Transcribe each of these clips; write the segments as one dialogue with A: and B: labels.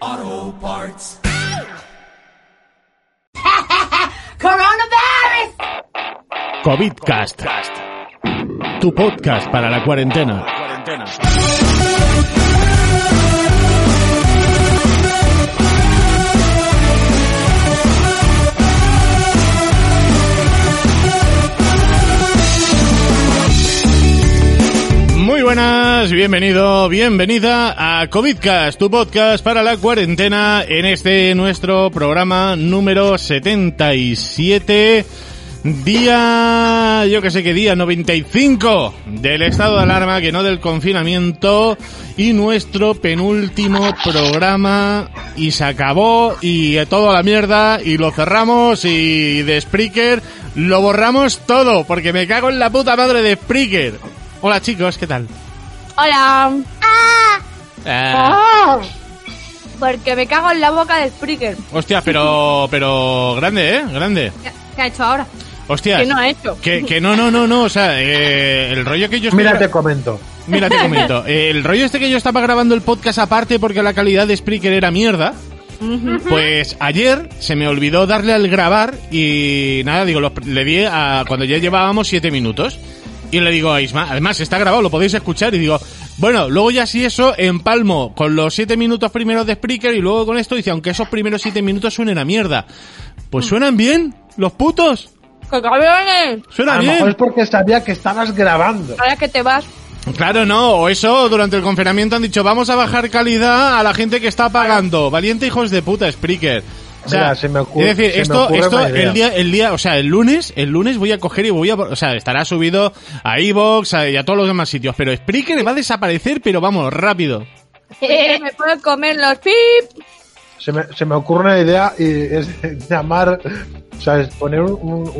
A: Auto parts.
B: ¡Coronavirus!
C: COVIDcast. Tu podcast para la cuarentena. Muy buenas, bienvenido, bienvenida a COVIDcast, tu podcast para la cuarentena en este nuestro programa número 77, día, yo que sé qué día, 95 del estado de alarma, que no del confinamiento, y nuestro penúltimo programa, y se acabó, y a toda la mierda, y lo cerramos, y de Spreaker lo borramos todo, porque me cago en la puta madre de Spreaker. Hola chicos, ¿qué tal?
B: Hola.
C: Ah,
B: Porque me cago en la boca del Spreaker.
C: Hostia, pero, pero grande, ¿eh? Grande.
B: ¿Qué qué ha hecho ahora?
C: Hostias.
B: ¿Qué no ha hecho?
C: Que, ¿eh? que no, no, no, no. O sea, eh, el rollo que yo
D: Mira, te comento.
C: Mira, te comento. Eh, el rollo este que yo estaba grabando el podcast aparte porque la calidad de Spreaker era mierda. Pues ayer se me olvidó darle al grabar y nada, digo, lo- le di a cuando ya llevábamos siete minutos. Y le digo a Isma, además está grabado, lo podéis escuchar. Y digo, bueno, luego ya si eso, empalmo con los siete minutos primeros de Spreaker y luego con esto. Dice, aunque esos primeros siete minutos suenen a mierda. Pues suenan bien, los putos.
B: ¡Que cabrones!
C: Suenan
D: A lo
C: bien.
D: mejor es porque sabía que estabas grabando.
B: Ahora que te vas.
C: Claro, no, o eso durante el confinamiento han dicho, vamos a bajar calidad a la gente que está pagando. Valiente hijos de puta, Spreaker. O sea,
D: Mira, se me ocurre-
C: es decir,
D: se me
C: esto,
D: ocurre
C: esto
D: una idea.
C: el día, el día, o sea, el lunes, el lunes voy a coger y voy a, o sea, estará subido a Evox y a todos los demás sitios, pero Spreaker va a desaparecer, pero vamos, rápido.
B: Porque me puedo comer los pip.
D: Se me, se me ocurre una idea y es llamar, ¿sabes? Poner un,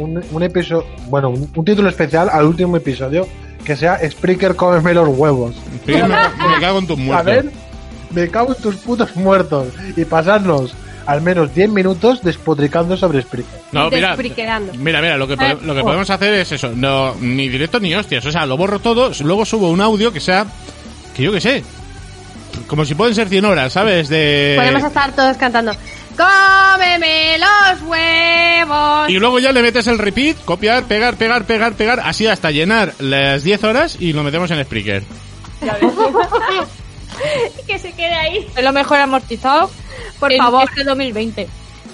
D: episodio, bueno, un, un título especial al último episodio que sea Spreaker cómeme los huevos.
C: Spreaker, me, me cago en tus
D: A
C: muertos.
D: ver, me cago en tus putos muertos y pasarnos al menos 10 minutos despotricando sobre Spreaker.
C: No, mira,
B: Despriquerando.
C: mira, mira, lo que,
B: Ah,
C: pode- lo que podemos hacer es eso, no, ni directo ni hostias, o sea, lo borro todo, luego subo un audio que sea, que yo que sé, como si pueden ser 100 horas, ¿sabes? De...
E: Podemos estar todos cantando.
B: ¡Cómeme los huevos!
C: Y luego ya le metes el repeat, copiar, pegar, pegar, pegar, pegar, así hasta llenar las 10 horas y lo metemos en Spreaker.
E: que se quede ahí.
B: Es lo mejor amortizado. Por
E: En
B: favor. Este 2020.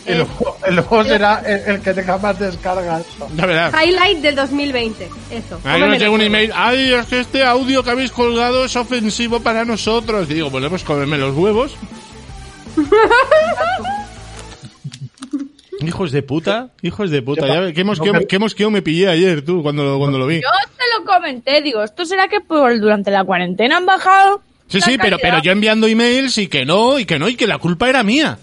D: El, juego- el juego será el, el que tenga más descargas.
C: La verdad.
E: Highlight del 2020. Eso.
C: Ahí
E: Cómeme
C: nos llega un
E: los
C: email, ay, es que este audio que habéis colgado es ofensivo para nosotros. Y digo, volvemos a comerme los huevos. hijos de puta, hijos de puta. Ya, ve- ¿Qué mosqueo,
D: No me-
C: qué mosqueo me pillé ayer tú cuando lo, cuando lo vi?
B: Yo te lo comenté, digo, ¿esto será que por durante la cuarentena han bajado?
C: Sí,
B: la
C: sí, pero, pero
B: calidad?
C: yo enviando emails y que no, y que no, y que la culpa era mía.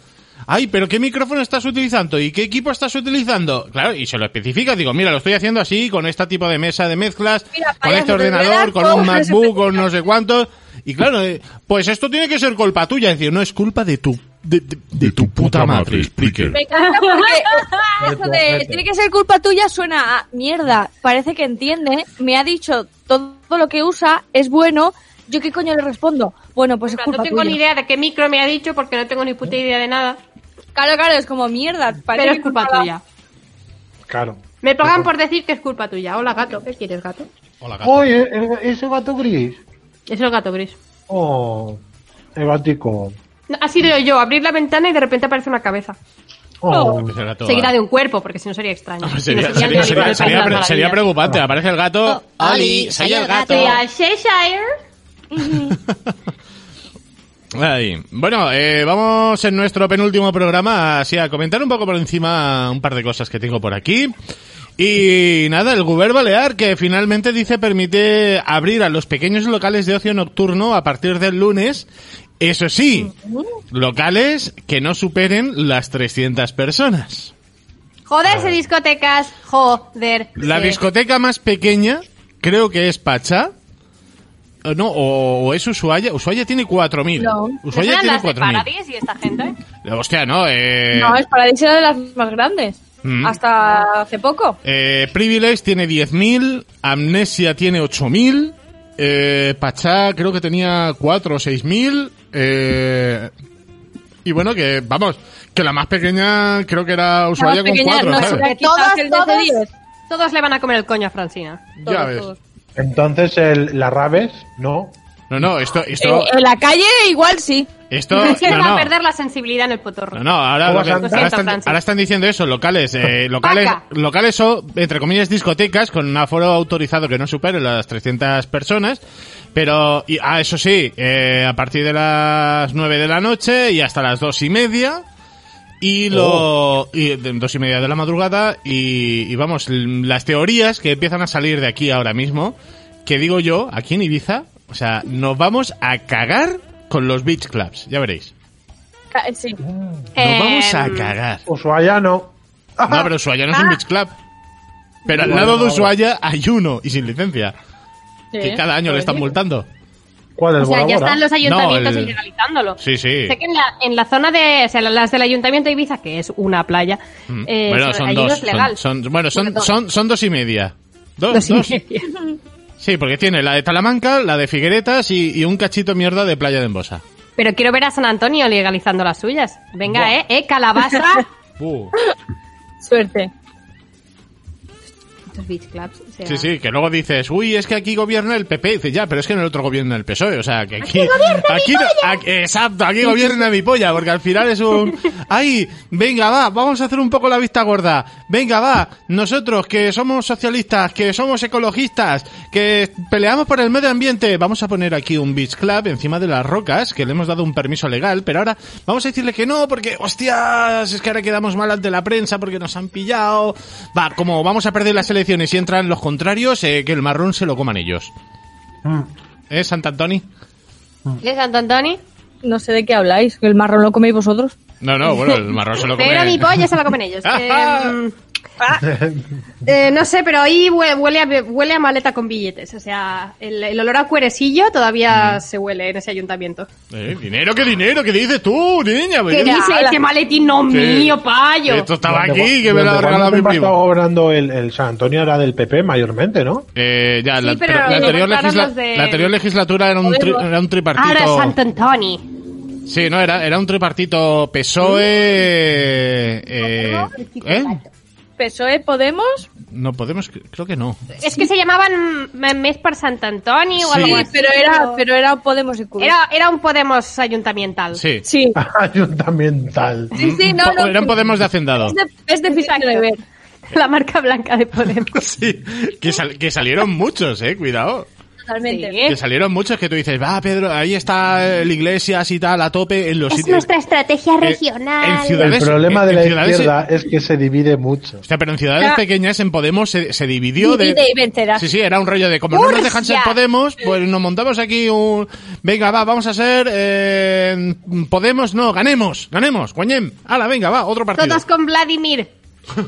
C: Ay, pero ¿qué micrófono estás utilizando? ¿Y qué equipo estás utilizando? Claro, y se lo especifica. Digo, mira, lo estoy haciendo así, con este tipo de mesa de mezclas,
B: Mira,
C: con
B: vaya,
C: este
B: de verdad,
C: ordenador, con un
B: todo se
C: MacBook,
B: especifica.
C: con no sé cuántos. Y claro, eh, pues esto tiene que ser culpa tuya. Es decir, no es culpa de tu, de, de- de tu puta, madre, Spreaker.
B: Me encanta porque eso de
D: Vete.
B: tiene que ser culpa tuya suena a mierda. Parece que entiende, me ha dicho todo lo que usa es bueno. ¿Yo qué coño le respondo? Bueno, pues es
E: huevos. No
B: culpa
E: tengo
B: tuya.
E: ni idea de qué micro me ha dicho porque no tengo ni puta idea de nada.
B: Claro, claro, es como mierda. parece
E: pero
B: que
E: es culpa
B: estaba-
E: tuya.
D: Claro.
E: Me pagan por decir que es culpa tuya. Hola, gato. ¿Qué quieres, gato?
C: Hola, gato.
D: Oye, el- ese gato gris.
E: Es el gato gris.
D: Oh, el gatico.
E: No, ha sido yo abrir la ventana y de repente aparece una cabeza.
D: Oh.
C: Pues era todo,
E: Seguida
C: ah.
E: de un cuerpo, porque si no sería extraño. Si
C: pues Sería,
E: no serían
C: sería-
E: animales
C: sería-
E: las
C: sería pre-
E: maravillas.
C: sería preocupante. Aparece el gato. Oh, ¡Ali! ¡Soy el gato!
E: Soy a Cheshire.
C: Ahí. Bueno, eh, vamos en nuestro penúltimo programa así a comentar un poco por encima un par de cosas que tengo por aquí. Y nada, el Guber Balear que finalmente dice permite abrir a los pequeños locales de ocio nocturno a partir del lunes Eso sí, locales que no superen las 300 personas.
E: Joderse discotecas, joder.
C: La discoteca más pequeña creo que es Pachá. O No, o, o es Ushuaia. Ushuaia tiene 4.000.
B: No.
C: Ushuaia tiene
E: las de
C: 4.000.
E: Paradis y esta gente?
C: Hostia, no. Eh,
B: No, es Paradise era de las más grandes.
C: Mm.
B: Hasta hace poco.
C: eh, Privilege tiene 10.000. Amnesia tiene 8.000. Eh, Pachá creo que tenía 4 o 6.000. Eh, y bueno, que vamos, que la más pequeña creo que era Ushuaia Pues con
B: pequeña,
C: 4.
B: no,
C: ¿sabes?
B: será quizás
E: Todas,
B: el
E: todas.
B: DC-10.
E: Todos le van a comer el coño a Francina.
C: Ya
E: Todos,
C: ves.
E: todos.
D: Entonces, el, la Rabes, no.
C: No, no, esto... esto,
B: En, en la calle igual sí.
C: esto
E: Francina
C: no,
E: va a
C: no.
E: perder la sensibilidad en el potorro.
C: No, no, ahora,
D: ¿Cómo
C: lo que-
D: vas a andar?
C: ahora
E: Lo siento,
C: están,
E: Francis.
C: ahora están diciendo eso, locales, eh, locales,
E: Paca.
C: locales son, entre comillas, discotecas con un aforo autorizado que no supere las 300 personas, pero, y, ah, eso sí, eh, a partir de las 9 de la noche y hasta las 2 y media, y lo, y de- dos y media de la madrugada, y, y vamos, l- las teorías que empiezan a salir de aquí ahora mismo, que digo yo, aquí en Ibiza, o sea, nos vamos a cagar con los beach clubs, ya veréis.
B: Ca- Sí.
C: Nos
E: Em,
C: vamos a cagar.
D: Ushuaia, no.
C: No, pero Ushuaia no
E: Ah.
C: es un beach club. Pero al lado de Ushuaia hay uno y sin licencia. Que
B: Sí.
C: cada año le están multando.
D: ¿Cuál es
E: O sea,
D: Bora
E: ya
D: Bora?
E: están los ayuntamientos
C: No, el-
E: ilegalizándolo.
C: Sí, sí.
E: Sé que en la, en la zona de. O sea, las del ayuntamiento de Ibiza, que es una playa.
C: Mm.
E: eh,
C: bueno, son
E: allí no
C: dos.
E: es legal.
C: Son, son- bueno, son,
E: Bueno, dos.
C: son, son dos y media. Dos,
E: Dos y
C: dos.
E: media.
C: Sí, porque tiene la de Talamanca, la de Figueretas y, y un cachito mierda de Playa de Embosa.
E: Pero quiero ver a San Antonio legalizando las suyas. Venga, eh, eh, calabaza.
B: Suerte.
E: Estos beach clubs. o sea,
C: Sí, sí, que luego dices, uy, es que aquí gobierna el PP. Y dices, ya, pero es que en el otro gobierna el PSOE. O sea, que aquí. aquí no- aquí- exacto, aquí gobierna mi polla, porque al final es un. ¡Ay! Venga, va, vamos a hacer un poco la vista gorda. Venga, va, nosotros que somos socialistas, que somos ecologistas, que peleamos por el medio ambiente, vamos a poner aquí un beach club encima de las rocas, que le hemos dado un permiso legal, pero ahora vamos a decirle que no, porque, hostias, es que ahora quedamos mal ante la prensa porque nos han pillado. Va, como vamos a perder las elecciones y entran los contrarios, eh, que el marrón se lo coman ellos. ¿Eh, Sant Antoni?
E: ¿De Santo Antonio?
B: No sé de qué habláis. El marrón lo coméis vosotros.
C: No, no, bueno, el marrón se lo come.
E: Pero mi pollo se la comen ellos. Eh, mm, ah, eh, no sé, pero ahí hue- huele a, huele a maleta con billetes. O sea, el, el olor a cuerecillo
C: Mm.
E: todavía se huele en ese ayuntamiento.
C: Eh, dinero, qué dinero, ¿qué dices tú, niña?
E: ¿Qué
C: Mira.
E: dice? Este maletín no
C: Sí.
E: mío, payo.
C: Esto estaba
D: Donde-
C: aquí, que me lo ha
D: donde
C: regalado mi
D: Guadalupe
C: primo.
D: estaba gobernando el, el San Antonio era del PP mayormente, ¿no?
C: Eh, ya, la,
E: Sí, pero
C: pero la
E: lo
C: anterior
E: compraron
C: legisla-
E: los de-
C: la anterior legislatura era un, tri- era un
E: Ahora es
C: tripartito.
E: Santo Antonio.
C: Sí, no, era, era un tripartito PSOE. Eh, ¿eh?
B: PSOE, Podemos.
C: No podemos, creo que no.
E: Es que se llamaban mm, Mes por Santo Antonio o
C: Sí.
E: algo
B: Sí,
E: así.
B: pero era, pero era Podemos y Cuba.
E: Era, era un Podemos ayuntamental.
C: Sí.
B: Sí.
D: Ayuntamental.
B: Sí, sí, no,
C: Po-
B: no.
C: Eran Podemos de Hacendado.
B: Es, de, es difícil de ver.
E: La marca blanca de Podemos.
C: Sí, que, sal- que salieron muchos, eh, cuidado.
B: Totalmente.
E: Sí.
C: Que salieron muchos que tú dices, va, Pedro, ahí está eh, el Iglesias y tal, a tope en los
F: Es
C: sitios.
F: nuestra estrategia
C: eh,
F: regional.
C: en ciudades-
D: El problema de
C: en
D: la
C: ciudades-
D: izquierda es que se divide mucho.
C: O sea, pero en ciudades pequeñas en Podemos se, se dividió de...
B: Divide y vencerás.
C: Sí, sí, era un rollo de como no nos dejan ser Podemos, pues nos montamos aquí un... Venga, va, vamos a ser... eh, Podemos, no, ganemos, ganemos, Guañem. Hala, venga, va, otro partido.
E: Todos con Vladimir.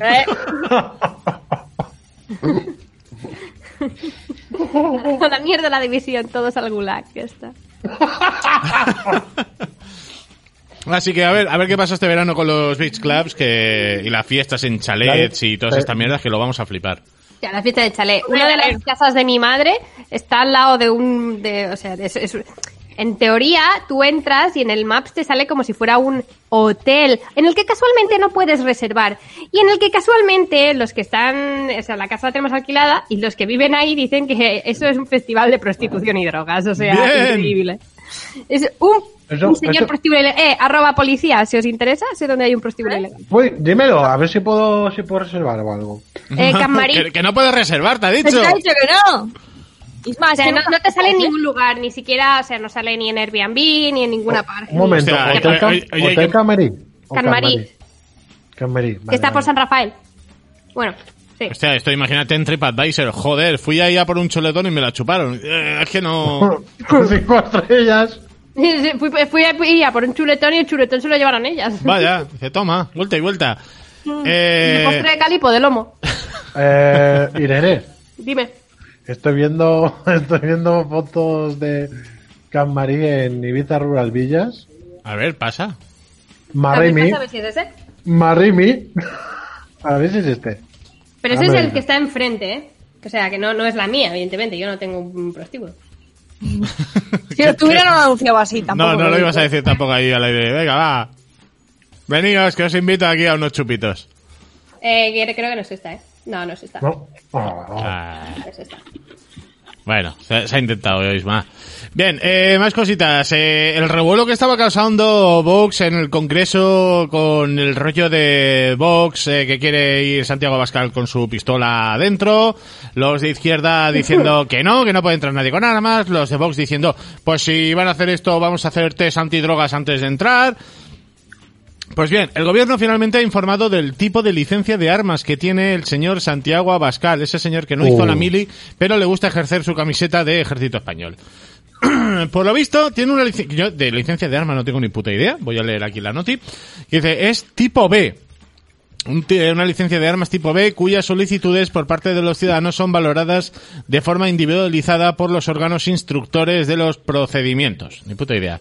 B: Eh,
E: A la mierda la división, todos al gulag. Ya está.
C: Así que a ver, a ver qué pasa este verano con los beach clubs que, y las fiestas en chalets y todas estas mierdas que lo vamos a flipar.
E: Ya, la fiesta de chalet. Una de las casas de mi madre está al lado de un. De, o sea, es- es- en teoría, tú entras y en el Maps te sale como si fuera un hotel, en el que casualmente no puedes reservar. Y en el que casualmente los que están. O sea, la casa la tenemos alquilada y los que viven ahí dicen que eso es un festival de prostitución y drogas. O sea,
C: Bien.
E: increíble. Es un,
D: Eso-
E: un señor
D: eso-
E: prostíbulo ilegal. Eh, arroba policía, si os interesa, sé dónde hay un prostíbulo ilegal.
D: Uy, dímelo, a ver si puedo, si puedo reservar o algo.
E: Eh, Can Marín.
C: que, que no puedes reservar, te ha
B: ¿Te
C: dicho.
B: ha dicho que no? Es más,
E: O sea,
B: que
E: no, no te sale en
B: ni
E: ningún lugar, ni siquiera, o sea, no sale ni en Airbnb, ni en ninguna parte.
D: Un momento,
C: Hostia, hay-
D: Hotel, Cam-
C: hay- hay- hay
D: Hotel
C: que-
D: Camarí. o
E: Can Marín,
D: Camarí,
E: que
D: vale,
E: está por
D: vale. Pues-
E: San Rafael. Bueno, sí.
C: Hostia, esto imagínate en TripAdvisor. Joder, fui ahí a por un choletón y me la chuparon. Eh, es que no...
D: Con cinco estrellas.
E: Fui, fui a, fui a por un chuletón y el chuletón se lo llevaron ellas.
C: Vaya, dice, toma, vuelta y vuelta.
E: Y
C: Eh,
E: postre de calipo de lomo.
D: Eh, Irene,
E: Dime.
D: estoy viendo, estoy viendo fotos de Can Marí en Ibiza Rural Villas.
C: a ver, pasa.
D: Marry
E: A ver,
D: me,
E: ¿sabes si es ese?
D: marry me. A ver si es este.
E: Pero ese
D: Ah,
E: es
D: vale.
E: el que está enfrente, ¿eh? O sea, que no, no es la mía, evidentemente. Yo no tengo un prostíbulo.
B: Si lo tuviera no lo anunciaba así tampoco.
C: No, no lo
B: digo.
C: ibas a decir tampoco ahí al aire. Venga, va. Venidos, que os invito aquí a unos chupitos.
E: Eh, que- creo que no es esta, ¿eh? No, no es esta. No
D: No. Oh,
C: Ah.
E: es esta.
C: Bueno, se, se ha intentado, ya veis, ma. Bien, eh, más cositas. Eh, el revuelo que estaba causando Vox en el Congreso con el rollo de Vox eh, que quiere ir Santiago Abascal con su pistola adentro, los de izquierda diciendo que no, que no puede entrar nadie con armas, los de Vox diciendo, pues si van a hacer esto, vamos a hacer test antidrogas antes de entrar. Pues bien, el gobierno finalmente ha informado del tipo de licencia de armas que tiene el señor Santiago Abascal, ese señor que no hizo la mili, pero le gusta ejercer su camiseta de ejército español. Por lo visto, tiene una licencia... Yo de licencia de armas no tengo ni puta idea, voy a leer aquí la noti. que Dice, es tipo B, un ti- una licencia de armas tipo B cuyas solicitudes por parte de los ciudadanos son valoradas de forma individualizada por los órganos instructores de los procedimientos. Ni puta idea.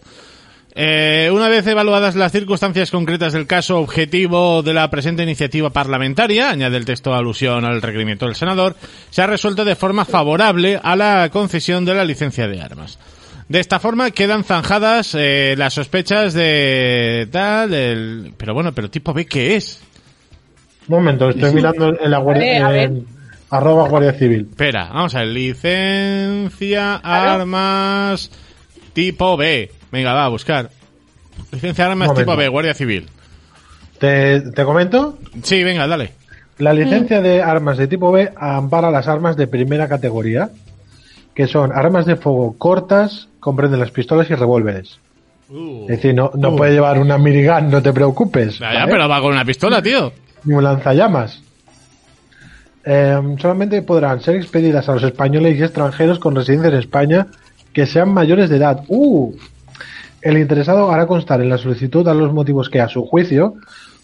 C: Eh, una vez evaluadas las circunstancias concretas del caso objetivo de la presente iniciativa parlamentaria, añade el texto alusión al requerimiento del senador, se ha resuelto de forma favorable a la concesión de la licencia de armas. De esta forma quedan zanjadas eh, las sospechas de tal, el- pero bueno, pero tipo B qué es.
D: Un momento, estoy mirando en la guardia,
E: A ver, a
D: en arroba guardia civil.
C: Espera, vamos a ver. Licencia, armas, tipo B. Venga, va a buscar. Licencia, armas,
D: Momento.
C: tipo B, Guardia Civil.
D: Te, te comento,
C: Sí, venga, dale.
D: la licencia de armas de tipo B ampara las armas de primera categoría, que son armas de fuego cortas, comprenden las pistolas y revólveres. Es decir, no, no puede llevar una minigun, no te preocupes.
C: Uh. Ya, ya,
D: ¿vale?
C: pero va con una pistola, tío.
D: ni un lanzallamas. Eh, solamente podrán ser expedidas a los españoles y extranjeros con residencia en España que sean mayores de edad. ¡Uh! El interesado hará constar en la solicitud a los motivos que, a su juicio,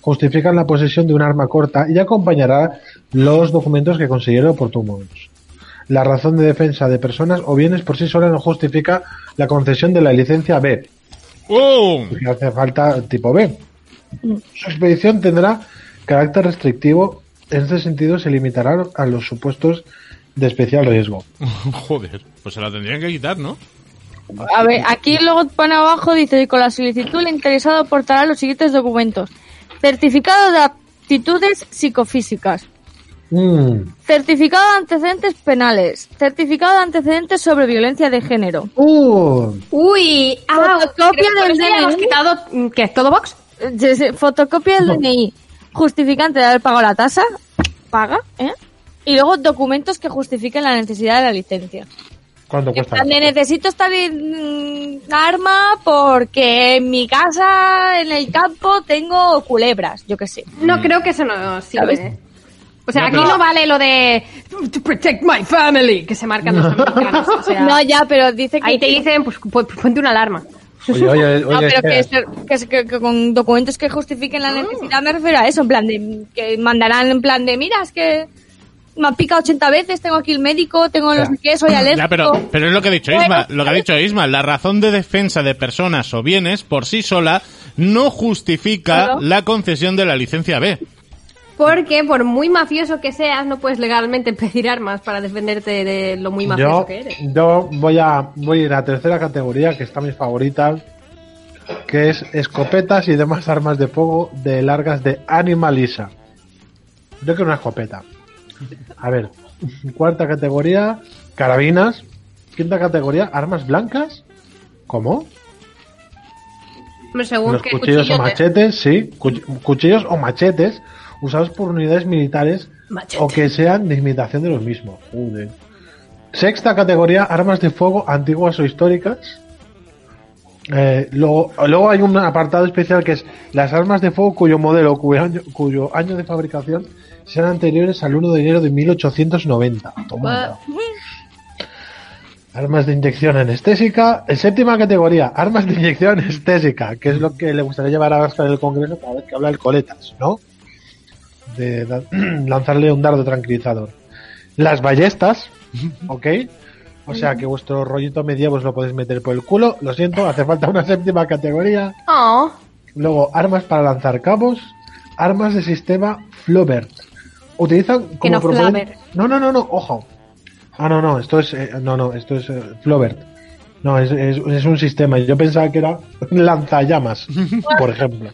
D: justifican la posesión de un arma corta y acompañará los documentos que considere oportunos. La razón de defensa de personas o bienes por sí sola no justifica la concesión de la licencia B
C: ¡Uh!
D: porque hace falta tipo B. Su expedición tendrá carácter restrictivo. En este sentido, se limitará a los supuestos de especial riesgo.
C: Joder, pues se la tendrían que quitar, ¿no?
B: A ver, aquí luego pone abajo, dice, con la solicitud el interesado aportará los siguientes documentos. Certificado de aptitudes psicofísicas.
D: Mm.
B: Certificado de antecedentes penales. Certificado de antecedentes sobre violencia de género.
D: Uh,
E: Uy, ah,
B: Fotocopia
E: creo que por
B: del
E: eso ya hemos
B: DNI.
E: quitado mm, que es todo box.
B: Eh, se- se- Fotocopia del DNI. Justificante de haber pagado la tasa. Paga, ¿eh? Y luego documentos que justifiquen la necesidad de la licencia.
D: ¿Cuánto
B: En
D: cuesta?
B: plan de, necesito esta li- mm, arma porque en mi casa, en el campo, tengo culebras, yo qué sé.
E: No creo que eso no sirve.
B: ¿Sabes?
E: ¿eh? O sea,
C: No,
E: aquí
C: pero-
E: no vale lo de to protect my family que se marcan los americanos. O sea,
B: No, ya, pero dice que...
E: ahí te dicen, pues pu- pu- ponte una alarma.
D: Oye, oye, oye,
B: No, Ah, pero que,
D: espera.
B: ser- que, se- que- que con documentos que justifiquen la necesidad me refiero a eso, en plan de que mandarán en plan de, mira, es que me han picado 80 veces, tengo aquí el médico, tengo los
D: Ya.
B: que soy alérgico.
C: Ya, pero, pero es lo que ha dicho
B: Bueno,
C: Isma. Lo que ha dicho Isma, la razón de defensa de personas o bienes por sí sola no justifica
B: Claro.
C: la concesión de la licencia B.
E: Porque por muy mafioso que seas, no puedes legalmente pedir armas para defenderte de lo muy mafioso
D: yo,
E: que eres.
D: yo voy a voy a ir a la tercera categoría, que está mis favoritas, que es escopetas y demás armas de fuego de largas de animalisa. Yo quiero una escopeta. A ver, cuarta categoría, carabinas. Quinta categoría, armas blancas. ¿Cómo?
E: Hombre, según
D: Los
E: qué
D: cuchillos o
E: cuchillo te-
D: machetes, sí. cuch- cuchillos o machetes usados por unidades militares
E: Machete.
D: o que sean de imitación de los mismos. Joder. Sexta categoría, armas de fuego antiguas o históricas. Eh, luego, luego hay un apartado especial que es las armas de fuego cuyo modelo o cuyo año, cuyo año de fabricación sean anteriores al 1 de enero de 1890. Toma ya. Armas de inyección anestésica. En séptima categoría, armas de inyección anestésica, que es lo que le gustaría llevar a Vázquez en el Congreso cada vez que habla el coletas, ¿no? De da- lanzarle un dardo tranquilizador. Las ballestas, ¿ok? O sea que vuestro rollito medievo os lo podéis meter por el culo. Lo siento, hace falta una séptima categoría.
E: Oh,
D: Luego, armas para lanzar cabos. Armas de sistema Flubber. Utilizan como
E: Que no
D: proponen-
E: Flaubert.
D: No, no, no, no, ojo. Ah, no, no, esto es. eh, no, no, esto es eh, Flaubert. No, es, es- es un sistema. Yo pensaba que era lanzallamas, por ejemplo.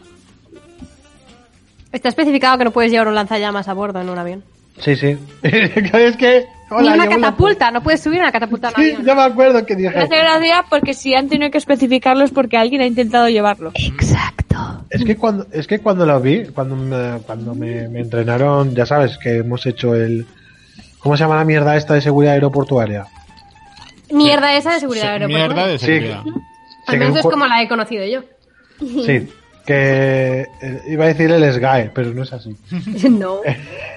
E: está especificado que no puedes llevar un lanzallamas a bordo en un avión.
D: Sí, sí. es que. hola,
E: Ni una
D: llevo una-
E: catapulta, no puedes subir una catapulta a un
D: Sí,
E: avión.
D: yo me acuerdo que dije.
B: Me hace gracia porque si han tenido que especificarlo es porque alguien ha intentado llevarlo.
D: Es que cuando, es que cuando lo vi, cuando me, cuando me, me entrenaron, ya sabes que hemos hecho el. ¿Cómo se llama la mierda esta de seguridad aeroportuaria?
E: Mierda esa de seguridad
C: Se-
E: aeroportuaria.
C: Mierda de
D: Sí.
C: seguridad.
D: Sí,
E: Al
D: que
E: menos es
D: un-
E: como la he conocido yo.
D: Sí, que eh, iba a decir el SGAE, pero no es así.
E: no.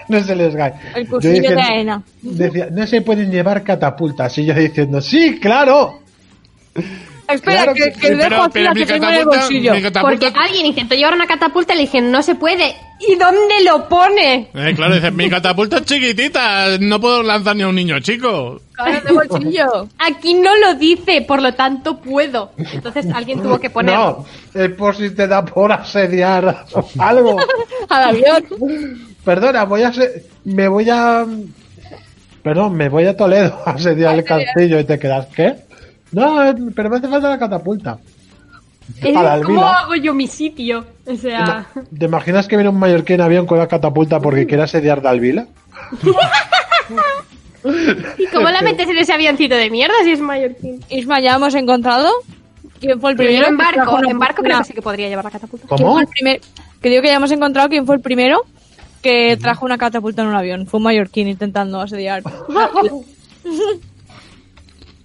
D: No es el SGAE.
B: El
D: Yo
B: cursillo
D: dije-
B: de AENA.
D: Decía, no se pueden llevar catapultas. Y yo diciendo, sí, claro.
B: Espera,
D: Claro
B: que,
D: que-
B: que dejo
C: Pero-
B: aquí
C: pero
B: la
C: mi
B: que tengo en el
C: catapulta-
B: bolsillo.
C: mi
E: Porque
C: catapulta-
E: alguien intentó llevar una catapulta y le dije, no se puede. ¿Y dónde lo pone?
C: Eh, claro, dices, mi catapulta es chiquitita, no puedo lanzar ni a un niño chico.
B: Ahora en el bolsillo.
E: Aquí no lo dice, por lo tanto puedo. Entonces alguien tuvo que ponerlo.
D: No, es por si te da por asediar o algo.
B: Al avión.
D: Perdona, voy a ase- me voy a perdón, me voy a Toledo a asediar el castillo y te quedas ¿qué? No, eh, pero me hace falta la catapulta.
E: Es,
D: Para la
E: ¿Cómo
D: Alvila.
E: hago yo mi sitio? O sea,
D: ¿Te imaginas que viene un mallorquín en avión con la catapulta porque quiere asediar Dalvila?
E: ¿y cómo la metes en ese avioncito de mierda si es mallorquín?
B: Isma, ya hemos encontrado. ¿Quién fue el primero?
E: Primero en
B: que trajo
E: barco,
B: una-
E: en barco
B: una-
E: creo que sí que podría llevar la catapulta.
D: ¿Cómo?
B: ¿Quién fue el primer- Que digo que ya hemos encontrado quién fue el primero que trajo una catapulta en un avión. Fue un mallorquín intentando asediar.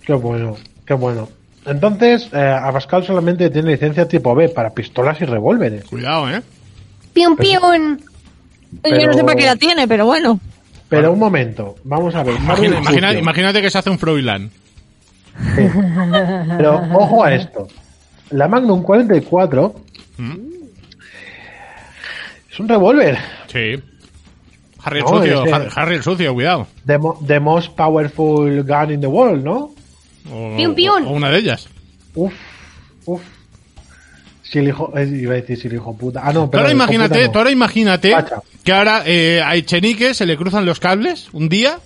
D: Qué bueno, qué bueno. Entonces, eh, Abascal solamente tiene licencia tipo B para pistolas y revólveres.
C: Cuidado, ¿eh?
E: ¡Pium, pium!
B: Yo
D: Pero-
B: no sé para qué la tiene, pero bueno.
D: Pero un momento, vamos a ver. Marvin
C: Imagina- imagina-
D: Sucio.
C: imagínate que se hace un Froilán.
D: Pero ojo a esto. La Magnum 44
C: ¿Mm?
D: es un revólver.
C: Sí. Harry el
D: No,
C: sucio,
D: ese-
C: Har- Harry el sucio, cuidado.
D: The, mo- the most powerful gun in the world, ¿no?
C: O,
E: Piun, piun.
C: o una de ellas.
D: Uf, uf. Si el hijo, eh, iba a decir si el hijo puta. Ah, no,
C: Tú
D: pero.
C: ahora imagínate, tú ahora imagínate
D: Pacha.
C: que ahora eh, a Echenique se le cruzan los cables un día,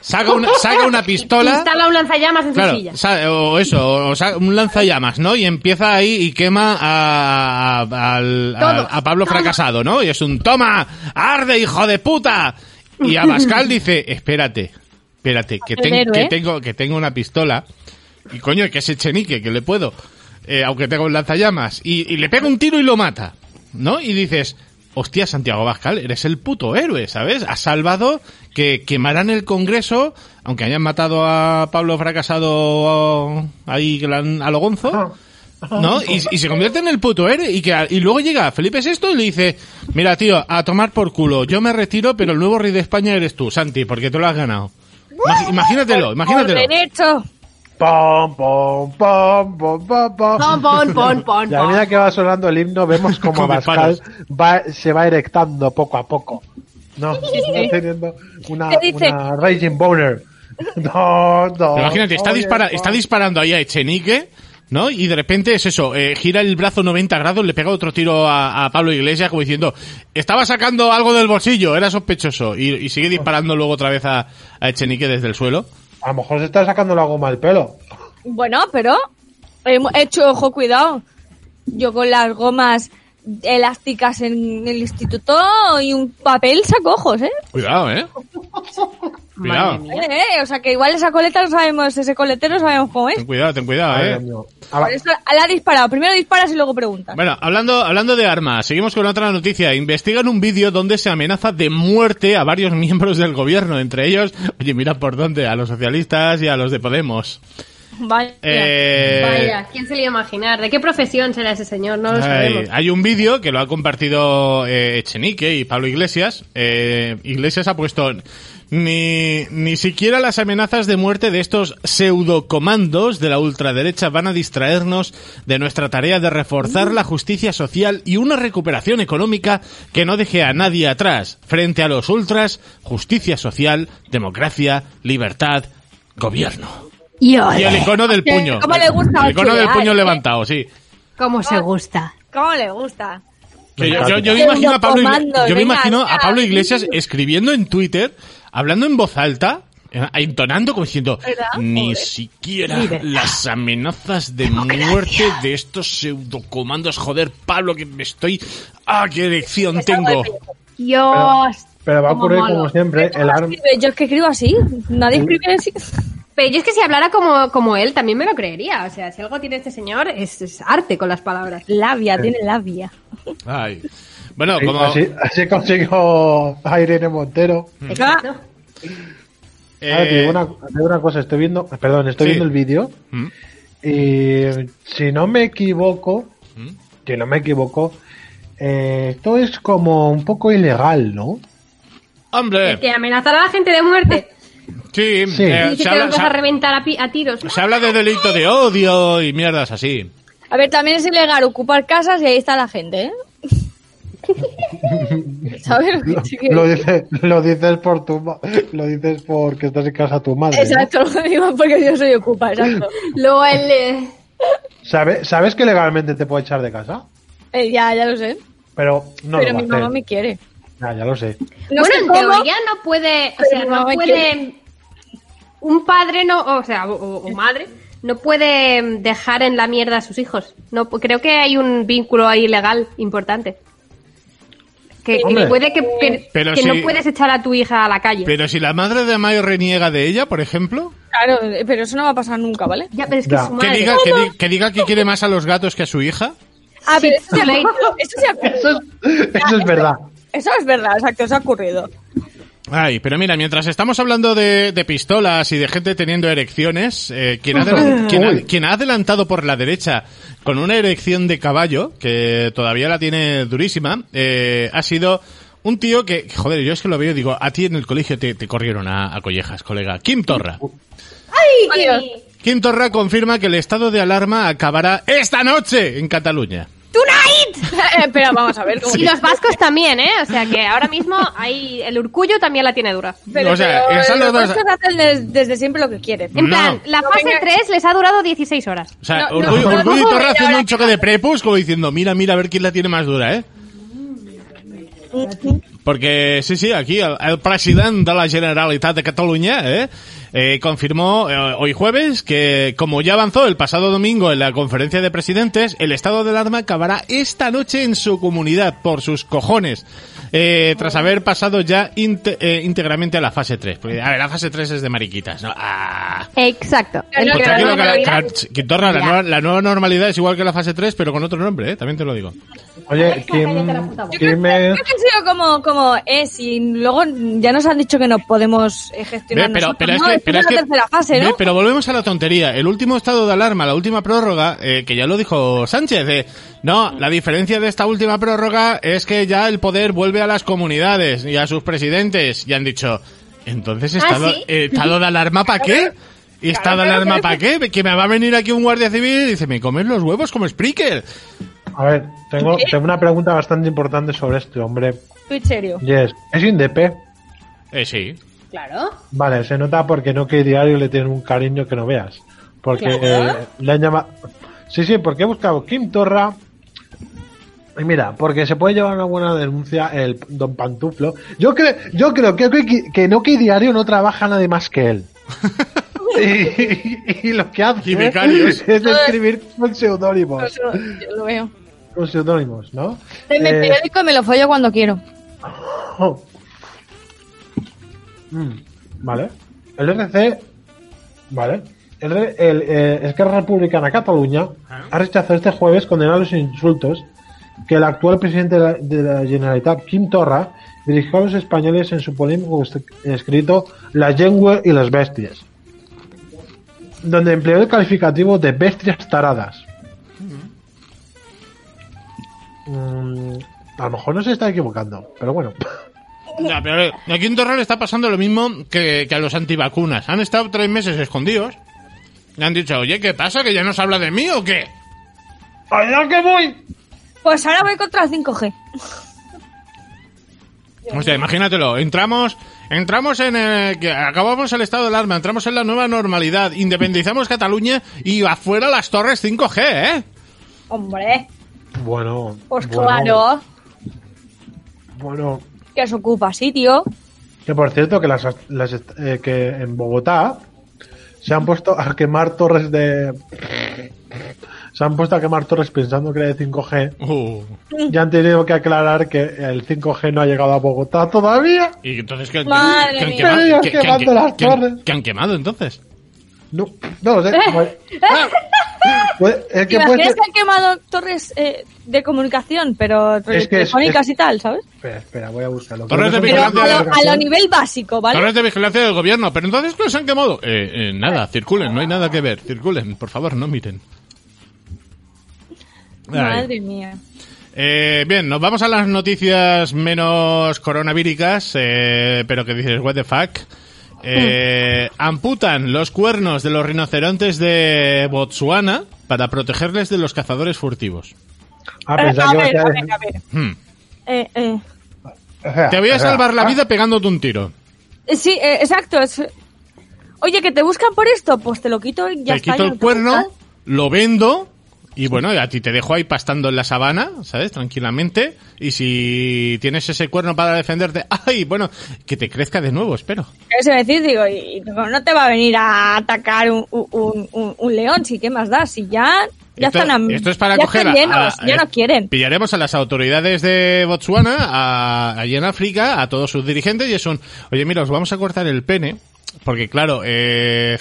C: saca una, saca una pistola.
E: Instala un lanzallamas en su
C: Claro,
E: silla.
C: sa- o eso, o, o sa- un lanzallamas, ¿no? Y empieza ahí y quema a, a- al- a-
E: Todos.
C: a Pablo fracasado, ¿no? Y es un toma, arde, hijo de puta. Y Abascal dice, espérate, espérate, que, ten-
B: Alero,
C: que
B: ¿eh?
C: tengo, que tengo una pistola. Y coño, que es Echenique, que le puedo, eh, aunque tengo un lanzallamas. Y, y le pega un tiro y lo mata, ¿no? Y dices, hostia, Santiago Abascal, eres el puto héroe, ¿sabes? Has salvado que quemarán el Congreso, aunque hayan matado a Pablo Fracasado ahí que la han- a lo gonzo. ¿No? Y, y se convierte en el puto héroe y, que, y luego llega Felipe VI y le dice, mira tío, a tomar por culo, yo me retiro, pero el nuevo rey de España eres tú, Santi, porque tú lo has ganado. Ima- Imagínatelo, imagínatelo.
B: Por derecho.
D: Pom, pom, pom, pom, pom, pom.
E: Pon, pon, pon, pon,
D: Y a
E: pon.
D: medida que va sonando el himno, vemos como
C: Con
D: Abascal
C: disparos.
D: va, se va erectando poco a poco. No, va teniendo una,
B: ¿Qué dice?
D: una raging boner. No, no.
C: Pero Imagínate, está,
D: Oye,
C: dispara-
D: no.
C: está disparando ahí a Echenique, ¿no? Y de repente es eso, eh, gira el brazo 90 grados, le pega otro tiro a, a Pablo Iglesias como diciendo, estaba sacando algo del bolsillo, era sospechoso. Y, y sigue disparando luego otra vez a, a Echenique desde el suelo.
D: A lo mejor se está sacando la goma del pelo.
B: Bueno, pero he hecho ojo, cuidado. Yo con las gomas elásticas en el instituto y un papel saco ojos, ¿eh?
C: Cuidado, ¿eh?
E: Madre
C: Cuidado.
E: mía.
B: Eh, eh, O sea que igual esa coleta no sabemos, ese coletero no sabemos cómo es.
C: Ten cuidado, ten cuidado,
D: Ay, Dios
C: ¿eh?
D: mío.
B: Por
D: Aba-
B: eso la ha disparado. Primero disparas y luego preguntas.
C: Bueno, hablando, hablando de armas, seguimos con otra noticia. Investigan un vídeo donde se amenaza de muerte a varios miembros del gobierno, entre ellos, oye, mira por dónde, a los socialistas y a los de Podemos.
B: Vaya.
C: Eh,
E: Vaya, ¿quién se lo iba a imaginar? ¿De qué profesión será ese señor? No lo
C: Ay,
E: sabemos.
C: hay un vídeo que lo ha compartido eh, Echenique y Pablo Iglesias. Eh, Iglesias ha puesto ni, ni siquiera las amenazas de muerte de estos pseudocomandos de la ultraderecha van a distraernos de nuestra tarea de reforzar la justicia social y una recuperación económica que no deje a nadie atrás. Frente a los ultras, justicia social, democracia, libertad, gobierno.
E: Y
C: Y el
E: ole,
C: icono del
B: Que-
C: puño.
B: ¿cómo le gusta
C: El icono del
B: chulear,
C: puño
B: eh?
C: levantado, sí.
E: ¿Cómo se gusta?
F: ¿Cómo le gusta?
C: Que yo,
D: Me
C: yo- yo me
F: encanta.
C: imagino a Pablo, Igle-
F: Comando,
C: yo me
F: venga,
C: imagino a
F: ya.
C: Pablo Iglesias escribiendo en Twitter, hablando en voz alta, eh, entonando como diciendo, ni siquiera las amenazas de muerte de estos pseudocomandos, joder, Pablo, que me estoy... ¡Ah, qué elección
E: Pues
C: tengo!
E: Dios.
D: Pero va a
E: cómo
D: ocurrir
E: mola.
D: como siempre, el ar-
F: Escribe, Yo es que escribo así. Nadie escribe así.
E: Pero yo es que si hablara como, como él, también me lo creería. O sea, si algo tiene este señor, es, es arte con las palabras.
C: Eh.
F: Labia, tiene labia.
C: Ay. Bueno,
D: Sí,
C: como...
D: así, Ah, así consiguió a Irene Montero.
C: Mm.
E: Exacto.
D: Ahora te,
C: eh,
D: Ah, digo una, te digo una cosa, estoy viendo, perdón, estoy
C: sí.
D: viendo el vídeo
C: ¿Mm?
D: y si no me equivoco,
C: ¿Mm?
D: si no me equivoco, eh, esto es como un poco ilegal, ¿no?
C: Hombre,
E: Que amenazar a la gente de muerte.
C: sí,
D: Sí.
C: eh,
E: Dice que
C: se,
E: los
C: habla,
E: vas
C: se
E: a
C: ha-
E: reventar a, pi- a tiros.
C: se habla de delito de odio y mierdas así.
F: A ver, también es ilegal ocupar casas y ahí está la gente, ¿eh? ¿Sabes?
D: Lo,
F: Sí que-
D: lo dice- lo dices por tu, ma- lo dices porque estás en casa de tu madre. ¿no?
F: Exacto, lo digo porque yo soy ocupa, exacto.
E: Luego él... eh,
D: ¿Sabe- ¿Sabes que legalmente te puede echar de casa?
F: Eh, ya, ya lo sé.
D: Pero no
F: pero
D: lo va
F: mi
D: a
F: mamá
D: hacer.
F: me quiere.
D: Ya, ya lo sé.
F: No
E: bueno,
F: sé
E: en
F: cómo,
E: teoría no puede, o
F: pero
E: sea,
F: mi
E: no
F: mamá
E: puede,
F: quiere.
E: un padre no, o sea, o, o- o madre no puede dejar en la mierda a sus hijos. No, creo que hay un vínculo ahí legal importante. Que, que
D: Hombre.
E: puede que, que-
C: Pero
E: que no
C: si-
E: puedes echar a tu hija a la calle.
C: Pero si la madre de Mayo reniega de ella, por ejemplo...
F: Claro, eh, pero eso no va a pasar nunca, ¿vale?
E: ya, pero es que
D: Ya.
E: es su
C: Que
E: madre.
C: diga, que, di- que diga que quiere más a los gatos que a su hija.
F: Ah, pero
E: Sí,
F: eso se ha
E: sí.
F: ocurrido. Eso, se ha ocurrido.
D: Eso es, eso es verdad.
F: Eso es verdad, exacto, eso ha ocurrido.
C: Ay, pero mira, mientras estamos hablando de, de pistolas y de gente teniendo erecciones, eh, quien, ha adelan- quien ha- quien ha adelantado por la derecha con una erección de caballo, que todavía la tiene durísima, eh, ha sido un tío que, joder, yo es que lo veo y digo, a ti en el colegio te, te corrieron a, a collejas, colega. Kim Torra. Kim Torra confirma que el estado de alarma acabará esta noche en Cataluña.
F: Eh, pero vamos a ver cómo.
E: Y los vascos también, ¿eh? O sea, que ahora mismo hay el urcullo también la tiene dura.
F: Pero,
C: O sea,
F: pero
C: esas
F: los
C: dos-
F: vascos hacen des- desde siempre lo que quieren.
E: En
C: No. Eh,
E: plan, la
F: No,
E: fase
F: venga.
E: 3 les ha durado 16 horas.
C: O sea,
F: No, no,
C: Orgullo,
F: no, no,
C: Orgullo y
F: no,
C: Torra
F: no,
C: haciendo
F: no,
C: un choque de prepus, como diciendo, mira, mira, a ver quién la tiene más dura, ¿eh? Porque, sí, sí, aquí el, el presidente de la Generalitat de Cataluña eh, eh, confirmó eh, hoy jueves que, como ya avanzó el pasado domingo en la conferencia de presidentes, el estado de alarma acabará esta noche en su comunidad, por sus cojones, eh, tras haber pasado ya inte- eh, íntegramente a la fase 3. Porque, a ver, la fase 3 es de mariquitas, ¿no? Ah.
E: Exacto.
F: Claro,
C: Pues
F: que la
C: tranquilo, que la,
F: normalidad-
C: que la- que torna, la
E: Ya.
C: nueva, la nueva normalidad es igual que la fase 3, pero con otro nombre, ¿eh? también te lo digo.
D: Oye,
E: cállate la
D: Kim,
E: puta boca.
D: Kim es-
F: Yo que han sido como, como eh, si luego ya nos han dicho que no podemos eh,
C: Ve,
F: gestionar
C: pero,
F: nosotros,
C: pero es
F: ¿no?
C: que,
F: Esto
C: pero es
F: la
C: que-
F: tercera fase, ¿no?
C: ve, pero volvemos a la tontería. El último estado de alarma, la última prórroga, eh, que ya lo dijo Sánchez, eh, no, la diferencia de esta última prórroga es que ya el poder vuelve a las comunidades y a sus presidentes. Y han dicho,
F: Ah,
C: entonces, estado,
E: sí?
C: eh, estado de alarma para qué? ¿Y estado de alarma para qué? Que me va a venir aquí un guardia civil y dice, me comen los huevos como Spreaker.
D: a ver, tengo, tengo una pregunta bastante importante sobre este hombre.
F: Estoy serio.
D: Yes, es INDEP.
C: Eh, sí.
E: Claro.
D: Vale, se nota porque no que diario le tiene un cariño que no veas. Porque eh, le han llamado. Sí, sí, porque he buscado Kim Torra. Y mira, porque se puede llevar una buena denuncia el don Pantuflo. Yo creo, yo creo que, que, que no que diario no trabaja nadie más que él. y, y- y lo que hace
C: Y becarios.
D: es escribir con
F: No,
D: seudónimos.
F: eso no- yo lo veo.
D: Con seudónimos, ¿no?
F: Denme el
D: Eh,
F: periódico y me lo follo cuando quiero.
D: Oh. Mm, Vale. El RC. Vale. El, re- el, eh, Esquerra Republicana Cataluña ha rechazado este jueves condenar los insultos que el actual presidente de la, de la Generalitat, Kim Torra, dirigió a los españoles en su polémico est- escrito La lengua y las bestias. donde empleó el calificativo de bestias taradas. Mm, a lo mejor no se está equivocando, pero bueno.
C: Ya, pero a ver, aquí en Torreón está pasando lo mismo que, que a los antivacunas. Han estado tres meses escondidos. Le han dicho, oye, ¿qué pasa? ¿Que ya no se habla de mí o qué?
D: ¡Allá que voy!
F: Pues ahora voy contra el 5G.
C: O sea, imagínatelo, entramos, entramos en el, que acabamos el estado de alarma, entramos en la nueva normalidad, independizamos Cataluña y afuera las torres 5G, ¿eh?
F: Hombre,
D: Bueno.
F: pues
D: bueno,
F: claro,
D: Bueno,
F: que os ocupa sitio.
D: que por cierto, que, las, las est- eh, que en Bogotá se han puesto a quemar torres de. Se han puesto a quemar torres pensando que era de 5G.
C: Uh,
D: Ya han tenido que aclarar que el 5G no ha llegado a Bogotá todavía.
C: y entonces que,
F: Madre
C: que han
F: mía.
C: quemado,
D: Ellos
C: que, que han-
D: quemando
C: que-
D: las
C: que han-
D: torres.
C: que han quemado entonces.
D: No, no lo sé. Puede- puede- es
F: ¿Te
D: Ah, que
F: imaginas
D: puede ser-
F: que han quemado torres eh, de comunicación, pero
D: Es que es-
F: telefónicas
D: es-
F: y tal, ¿sabes?
D: Espera, espera, voy a buscarlo.
C: Torres
D: Creo
C: de
D: que
F: Pero
D: es
F: a
D: una
C: vigilancia
F: lo, a lo
D: congregación.
F: nivel básico, ¿vale?
C: Torres de vigilancia del gobierno, pero entonces que los han quemado. Eh, eh, nada, circulen, no hay nada que ver, circulen, por favor, no miren. Ay.
F: Madre mía.
C: Eh, bien, nos vamos a las noticias menos coronavíricas, eh, pero que dices, what the fuck. Eh, amputan los cuernos de los rinocerontes de Botsuana para protegerles de los cazadores furtivos.
D: Ah,
F: Eh,
D: pensaba
F: a
D: que iba a
F: ver, a
D: ser-
F: ver, a ver.
C: Hmm.
F: Eh, eh.
D: o sea,
C: Te voy
D: o
C: a
D: sea,
C: salvar la
D: ah,
C: vida pegándote un tiro.
F: Eh, Sí, eh, exacto. es- Oye, que te buscan por esto, pues te lo quito y ya
C: te
F: está.
C: quito
F: ya
C: el
F: no
C: cuerno,
F: buscan.
C: lo vendo y bueno, a ti te dejo ahí pastando en la sabana, ¿sabes? Tranquilamente. Y si tienes ese cuerno para defenderte, ay, bueno, que te crezca de nuevo, espero.
F: Eso es decir, digo, y, y no no te va a venir a atacar un, un- un- un- un león, si qué más da, si ya, ya
C: esto,
F: están am-
C: esto es para
F: ya
C: coger
F: están
C: a-
F: llenos,
C: a-
F: ya
C: eh,
F: no quieren.
C: Pillaremos a las autoridades de Botsuana, a- allí en África, a todos sus dirigentes y es un, oye, mira, os vamos a cortar el pene, porque claro, eh,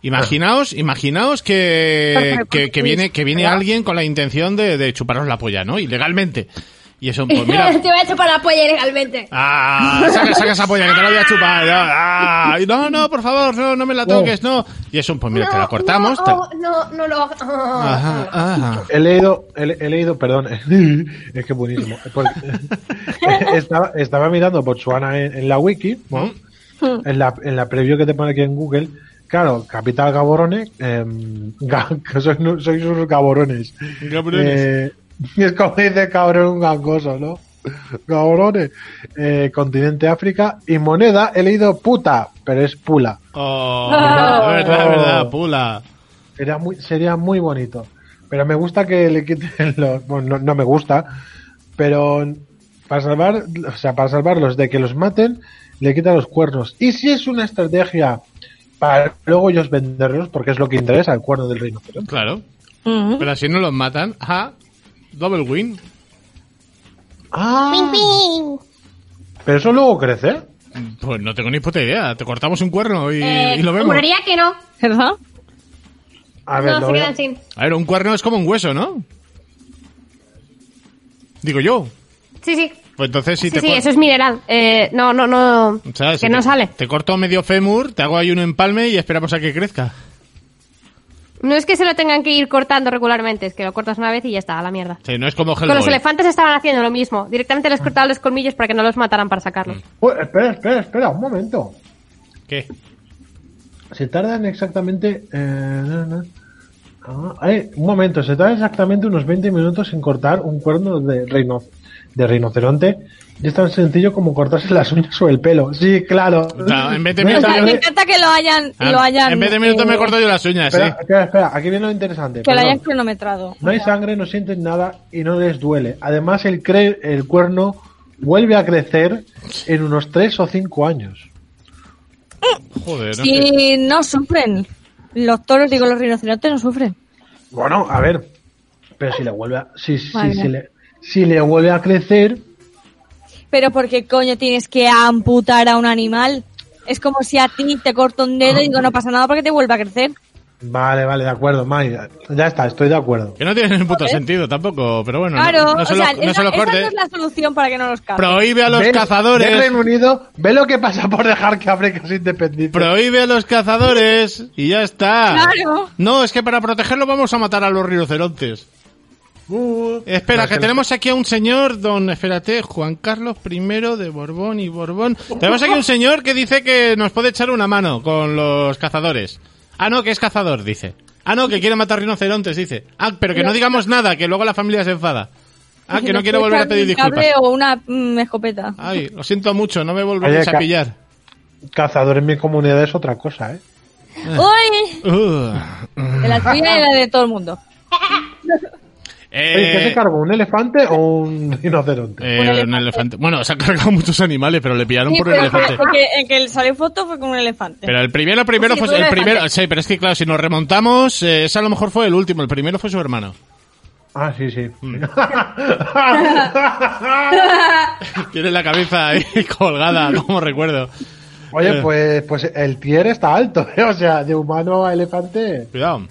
C: imaginaos, imaginaos que, que, que viene, que viene alguien con la intención de, de chuparos la polla, ¿no? Ilegalmente. Y eso, pues mira,
E: Te voy a chupar la polla ilegalmente.
C: Ah, saca, saca esa polla que te la voy a chupar. Ah, y no, no, por favor, no, no me la toques,
F: Oh.
C: no. Y es un, pues mira, te la Ah. cortamos. te-
E: No, oh, no, no lo.
C: Ajá, ajá.
D: He leído, he, le- he leído, perdón, es que es buenísimo. Porque- estaba, estaba mirando Botsuana en, en la wiki, ¿no?
C: Mm.
D: en, la, en la preview que te pone aquí en Google. Claro, capital Gaborone, em, ga- que sois, nu- sois unos gaborones.
C: Gaborones.
D: Eh, es como dice cabrón un gangoso, ¿no? Gaborones. Eh, continente África y moneda, he leído puta, pero es pula.
C: Oh, verdad, verdad,
D: Oh.
C: verdad, pula.
D: Sería muy, sería muy bonito. Pero me gusta que le quiten los. Bueno, no, no me gusta. Pero para salvar, o sea, para salvarlos de que los maten, le quitan los cuernos. Y si es una estrategia para luego ellos venderlos, porque es lo que interesa el cuerno del reino.
C: Claro. Pero así no los matan. Ajá. Double win.
D: Ah, pero eso luego crece.
C: Pues no tengo ni puta idea. Te cortamos un cuerno y,
E: Eh,
C: y lo vemos.
E: Juraría que no.
F: ¿Verdad?
D: A ver,
E: No,
D: lo
E: se
D: voy a-
E: quedan sin.
C: A ver, un cuerno es como un hueso, ¿no? Digo yo.
E: Sí, sí.
C: Pues entonces si
E: Sí,
C: te
E: sí,
C: cor-
E: eso es mineral. Eh, no, no, no.
C: O sea,
E: Que
C: si
E: no
C: te-
E: sale.
C: Te corto medio fémur, te hago ahí un empalme y esperamos a que crezca.
E: No es que se lo tengan que ir cortando regularmente, es que lo cortas una vez y ya está, a la mierda.
C: O sea, no es como
E: Con los
C: Hellboy.
E: elefantes estaban haciendo lo mismo. Directamente les cortaban los colmillos para que no los mataran para sacarlos.
D: Uy, espera, espera, espera, un momento.
C: ¿Qué?
D: Se tardan exactamente. eh, no, no. Ah, eh, un momento, se tardan exactamente unos 20 minutos en cortar un cuerno de, reino, de rinoceronte. Y es tan sencillo como cortarse las uñas o el pelo. Sí, claro.
C: No, en 20
D: No,
F: O
C: minutos
F: sea,
C: yo-
F: me encanta que lo hayan,
C: eh, Ah,
F: lo hayan
C: en vez de minutos
F: eh,
C: me corto yo las uñas,
D: Espera,
C: sí.
D: espera, espera, aquí viene lo interesante.
F: que lo hayan
D: perdón.
F: cronometrado.
D: No hay sangre, no sienten nada y no les duele. Además, el, cre- el cuerno vuelve a crecer en unos 3 o 5 años.
C: Joder, no sé.
F: Si no sufren, los toros, digo, los rinocerontes no sufren.
D: Bueno, a ver. Pero si le vuelve a, si, si-
F: Vale.
D: si le, si le vuelve a crecer,
F: Pero porque coño tienes que amputar a un animal? Es como si a ti te corto un dedo y digo, no pasa nada porque te vuelva a crecer.
D: Vale, vale, de acuerdo, Mai. Ya está, estoy de acuerdo.
C: Que no tiene ningún puto sentido tampoco, pero bueno, no-
F: Claro,
C: no, se
F: o
C: lo-
F: sea,
C: no
F: esa,
C: se lo
F: esa
C: corte.
F: no es la solución para que no los cambien.
C: Prohíbe a los
D: Ve- ve
C: cazadores,
D: Reino Unido, ve lo que pasa por dejar que África sea independiente.
C: prohíbe a los cazadores y ya está.
F: Claro.
C: No, es que para protegerlo vamos a matar a los rinocerontes.
D: Uh,
C: Espera,
D: no,
C: que
D: es
C: tenemos aquí a un señor, don, espérate, Juan Carlos I de Borbón y Borbón. Tenemos aquí un señor que dice que nos puede echar una mano con los cazadores. Ah, no, que es cazador, dice. Ah, no, que quiere matar rinocerontes, dice. Ah, pero que no digamos nada, que luego la familia se enfada. Ah,
F: Si
C: que no
F: les
C: quiere volver a
F: echan
C: pedir
F: un cable
C: disculpas.
F: O una mm, escopeta.
C: Ay, lo siento mucho, no me volveréis
D: Oye,
C: a
D: ca-
C: pillar.
D: Cazador en mi comunidad es otra cosa, ¿eh?
C: Ah.
F: Uy,
C: Uh.
F: de la tuya y la de todo el mundo.
D: Oye, ¿Qué se
C: Eh,
D: cargó? ¿Un elefante o un rinoceronte?
C: eh, un elefante. Bueno, se han cargado muchos animales, pero le pillaron
F: Sí,
C: por un
F: pero
C: elefante.
F: porque el que salió foto fue con un elefante.
C: Pero el primero, primero
F: Sí,
C: fue
F: tú
C: el
F: eres
C: primero.
F: elefante.
C: Sí, pero es que claro, si nos remontamos, eh, ese a lo mejor fue el último. El primero fue su hermano. eh.
D: Ah, sí, sí.
C: Mm. Tiene la cabeza ahí colgada, como recuerdo. Eh.
D: Oye, pues, pues el tier está alto, ¿eh? O sea, de humano a elefante.
C: Cuidado.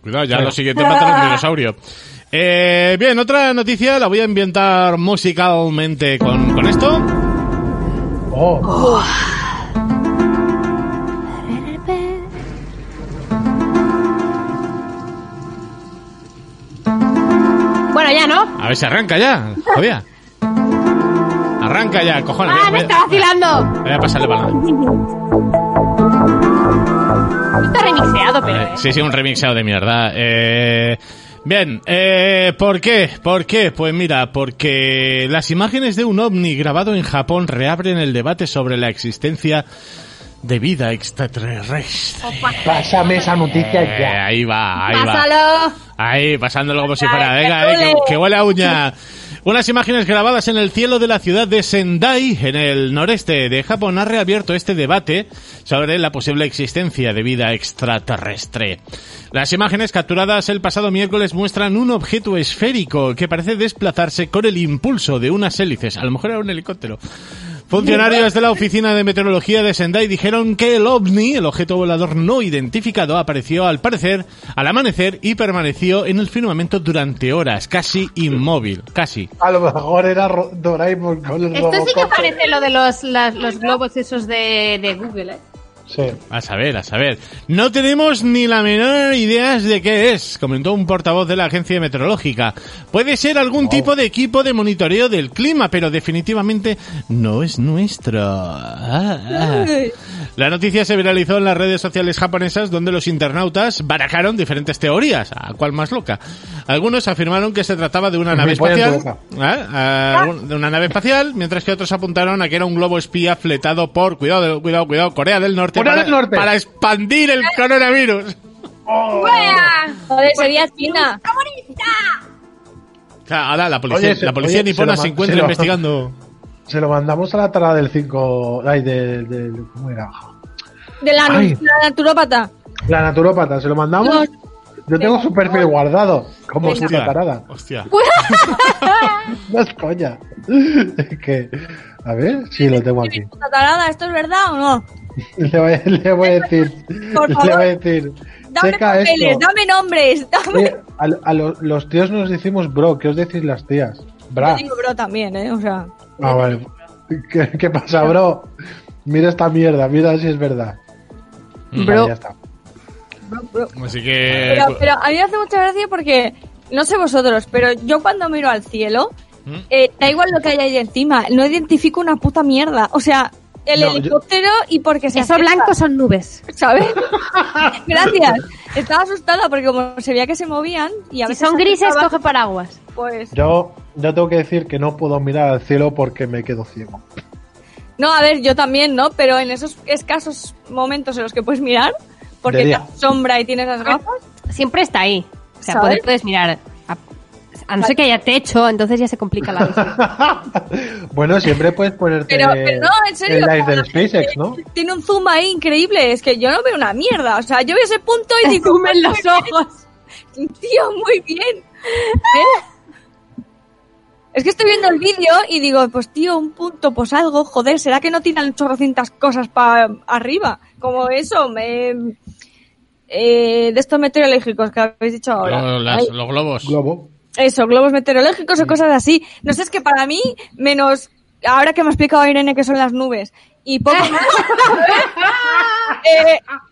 C: Cuidado, ya lo siguiente mata a los dinosaurios. Eh, bien, otra noticia la voy a ambientar musicalmente con, con esto.
D: Oh,
E: Bueno, ya no.
C: A ver si arranca ya. Joder. Arranca ya, cojones.
E: ¡Ah,
C: voy
E: me
C: a-
E: está vacilando!
C: voy a pasarle para
E: Está remixeado, pero.
C: Eh,
E: eh.
C: Sí, sí, un remixado de mierda. Eh, bien, eh, ¿por qué? ¿Por qué? Pues mira, porque las imágenes de un ovni grabado en Japón reabren el debate sobre la existencia de vida extraterrestre.
D: pásame esa noticia
C: Eh,
D: ya.
C: ahí va, ahí va.
E: Pásalo.
C: Ahí, pasándolo como si fuera.
F: Ay,
C: Venga,
F: que
C: eh, que,
F: duele.
C: que huele a uña. Unas imágenes grabadas en el cielo de la ciudad de Sendai, en el noreste de Japón, ha reabierto este debate sobre la posible existencia de vida extraterrestre. Las imágenes capturadas el pasado miércoles muestran un objeto esférico que parece desplazarse con el impulso de unas hélices. A lo mejor era un helicóptero. Funcionarios de la Oficina de Meteorología de Sendai dijeron que el ovni, el objeto volador no identificado, apareció al parecer al amanecer y permaneció en el firmamento durante horas, casi inmóvil, casi.
D: A lo mejor era Ro- Doraemon con el
E: Esto sí que
D: Robocop.
E: parece lo de los, las- los globos esos de, de Google, ¿eh?
D: Sí.
C: A saber, a saber. No tenemos ni la menor idea de qué es, comentó un portavoz de la agencia meteorológica. Puede ser algún tipo de equipo de monitoreo del clima, pero definitivamente no es nuestro. Ah, ah. La noticia se viralizó en las redes sociales japonesas donde los internautas barajaron diferentes teorías, a cual más loca. Algunos afirmaron que se trataba de una
D: Me
C: nave
D: ponen
C: espacial,
D: loca.
C: ¿eh? Ah, algún- de una nave espacial, mientras que otros apuntaron a que era un globo espía fletado por, cuidado, cuidado, cuidado, Corea del Norte,
D: Corea
C: para,
D: del Norte.
C: para expandir el coronavirus.
F: Joder, sería China.
C: O sea, ahora la policía,
D: Oye, se-
C: la policía
D: oye,
C: nipona
D: se lo
C: se
D: ma-
C: encuentra
D: se lo-
C: investigando.
D: Se lo mandamos a la tara del 5... Ay, del... del- ¿Cómo era?
F: De la,
D: Ay.
F: la naturópata.
D: La naturópata, ¿se lo mandamos? Yo tengo su perfil guardado, como
F: Venga.
D: puta tarada.
C: hostia.
D: No es coña. Es que... A ver, sí, lo tengo aquí.
F: Puta tarada, ¿esto es verdad o no?
D: Le voy, le voy a decir...
F: Por
D: Le
F: favor.
D: voy a decir...
F: Dame
D: checa
F: papeles,
D: esto.
F: dame nombres, dame.
D: Oye, a, a lo- los tíos nos decimos bro, ¿qué os decís las tías?
F: Yo
D: Bra.
F: digo bro también, ¿eh? O sea.
D: Ah, vale. ¿Qué, qué pasa, bro? Mira esta mierda, mira si es verdad. Vale,
F: Bro.
D: ya está.
C: Así
D: Eh,
C: que...
F: Pero, pero a mí me hace mucha gracia porque, no sé vosotros, pero yo cuando miro al cielo,
C: ¿Mm?
F: eh, da igual lo que hay ahí encima, no identifico una puta mierda. O sea, el
D: No, yo-
F: helicóptero y porque se
E: Eso
F: acerca,
E: blanco son nubes.
F: ¿sabes? Gracias. Estaba asustada porque como se veía que se movían y a
E: Si
F: veces
E: son
F: se
E: grises,
F: acercaban,
E: coge paraguas.
F: pues...
D: Yo, yo tengo que decir que no puedo mirar al cielo porque me quedo ciego.
F: No, a ver, yo también, ¿no? Pero en esos escasos momentos en los que puedes mirar, porque
D: De
F: te
D: día.
F: das sombra y tienes las gafas,
E: Siempre está ahí. O sea,
F: ¿Sabes?
E: puedes, puedes mirar. A, a no ser que haya techo, entonces ya se complica la cosa.
D: bueno, siempre puedes ponerte
F: Pero- pero no, en serio,
D: el live
F: como
D: del
F: la
D: SpaceX, ¿no?
F: tiene un zoom ahí increíble. Es que yo no veo una mierda. O sea, yo veo ese punto y digo...
E: Zoom en los
F: "Muy bien". Tío, muy bien. ¿Eh? Es que estoy viendo el vídeo y digo, pues tío, un punto, pues algo, joder, ¿será que no tiran chorrocientas cosas para arriba? Como eso, me... eh, de estos meteorológicos que habéis dicho ahora.
C: Lo- las-
F: Ay,
C: los globos.
D: Globo.
F: Eso, globos meteorológicos
C: Mm.
F: o cosas así. No sé, es que para mí, menos ahora que me ha explicado Irene que son las nubes y poco más,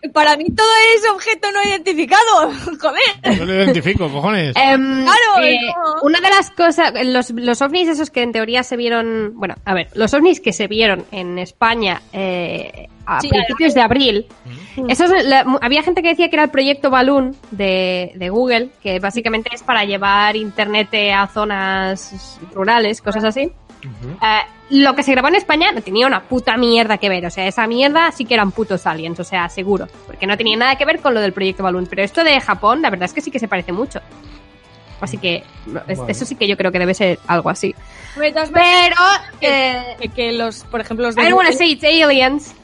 F: eh, para mí todo es objeto no identificado. Joder.
C: Yo lo identifico, cojones.
E: Em,
F: Claro,
E: eh,
F: es como-
E: una de las cosas, los, los ovnis esos que en teoría se vieron, bueno, a ver, los ovnis que se vieron en España eh, a
F: Sí,
E: principios de abril, esos, la- mu- había gente que decía que era el proyecto Balloon de, de Google, que básicamente es para llevar internet eh, a zonas rurales, cosas así. Eh, lo que se grabó en España no tenía una puta mierda que ver. O sea, esa mierda sí que eran putos aliens, o sea, seguro. Porque no tenía nada que ver con lo del proyecto Balloon. Pero esto de Japón, la verdad es que sí que se parece mucho. Así que no, es-
D: Vale.
E: eso sí que yo creo que debe ser algo así.
F: De todas maneras,
E: Pero... Eh,
F: que- que los, por ejemplo,
E: I
F: los de,
E: don't wanna
F: Google,
E: say it's aliens.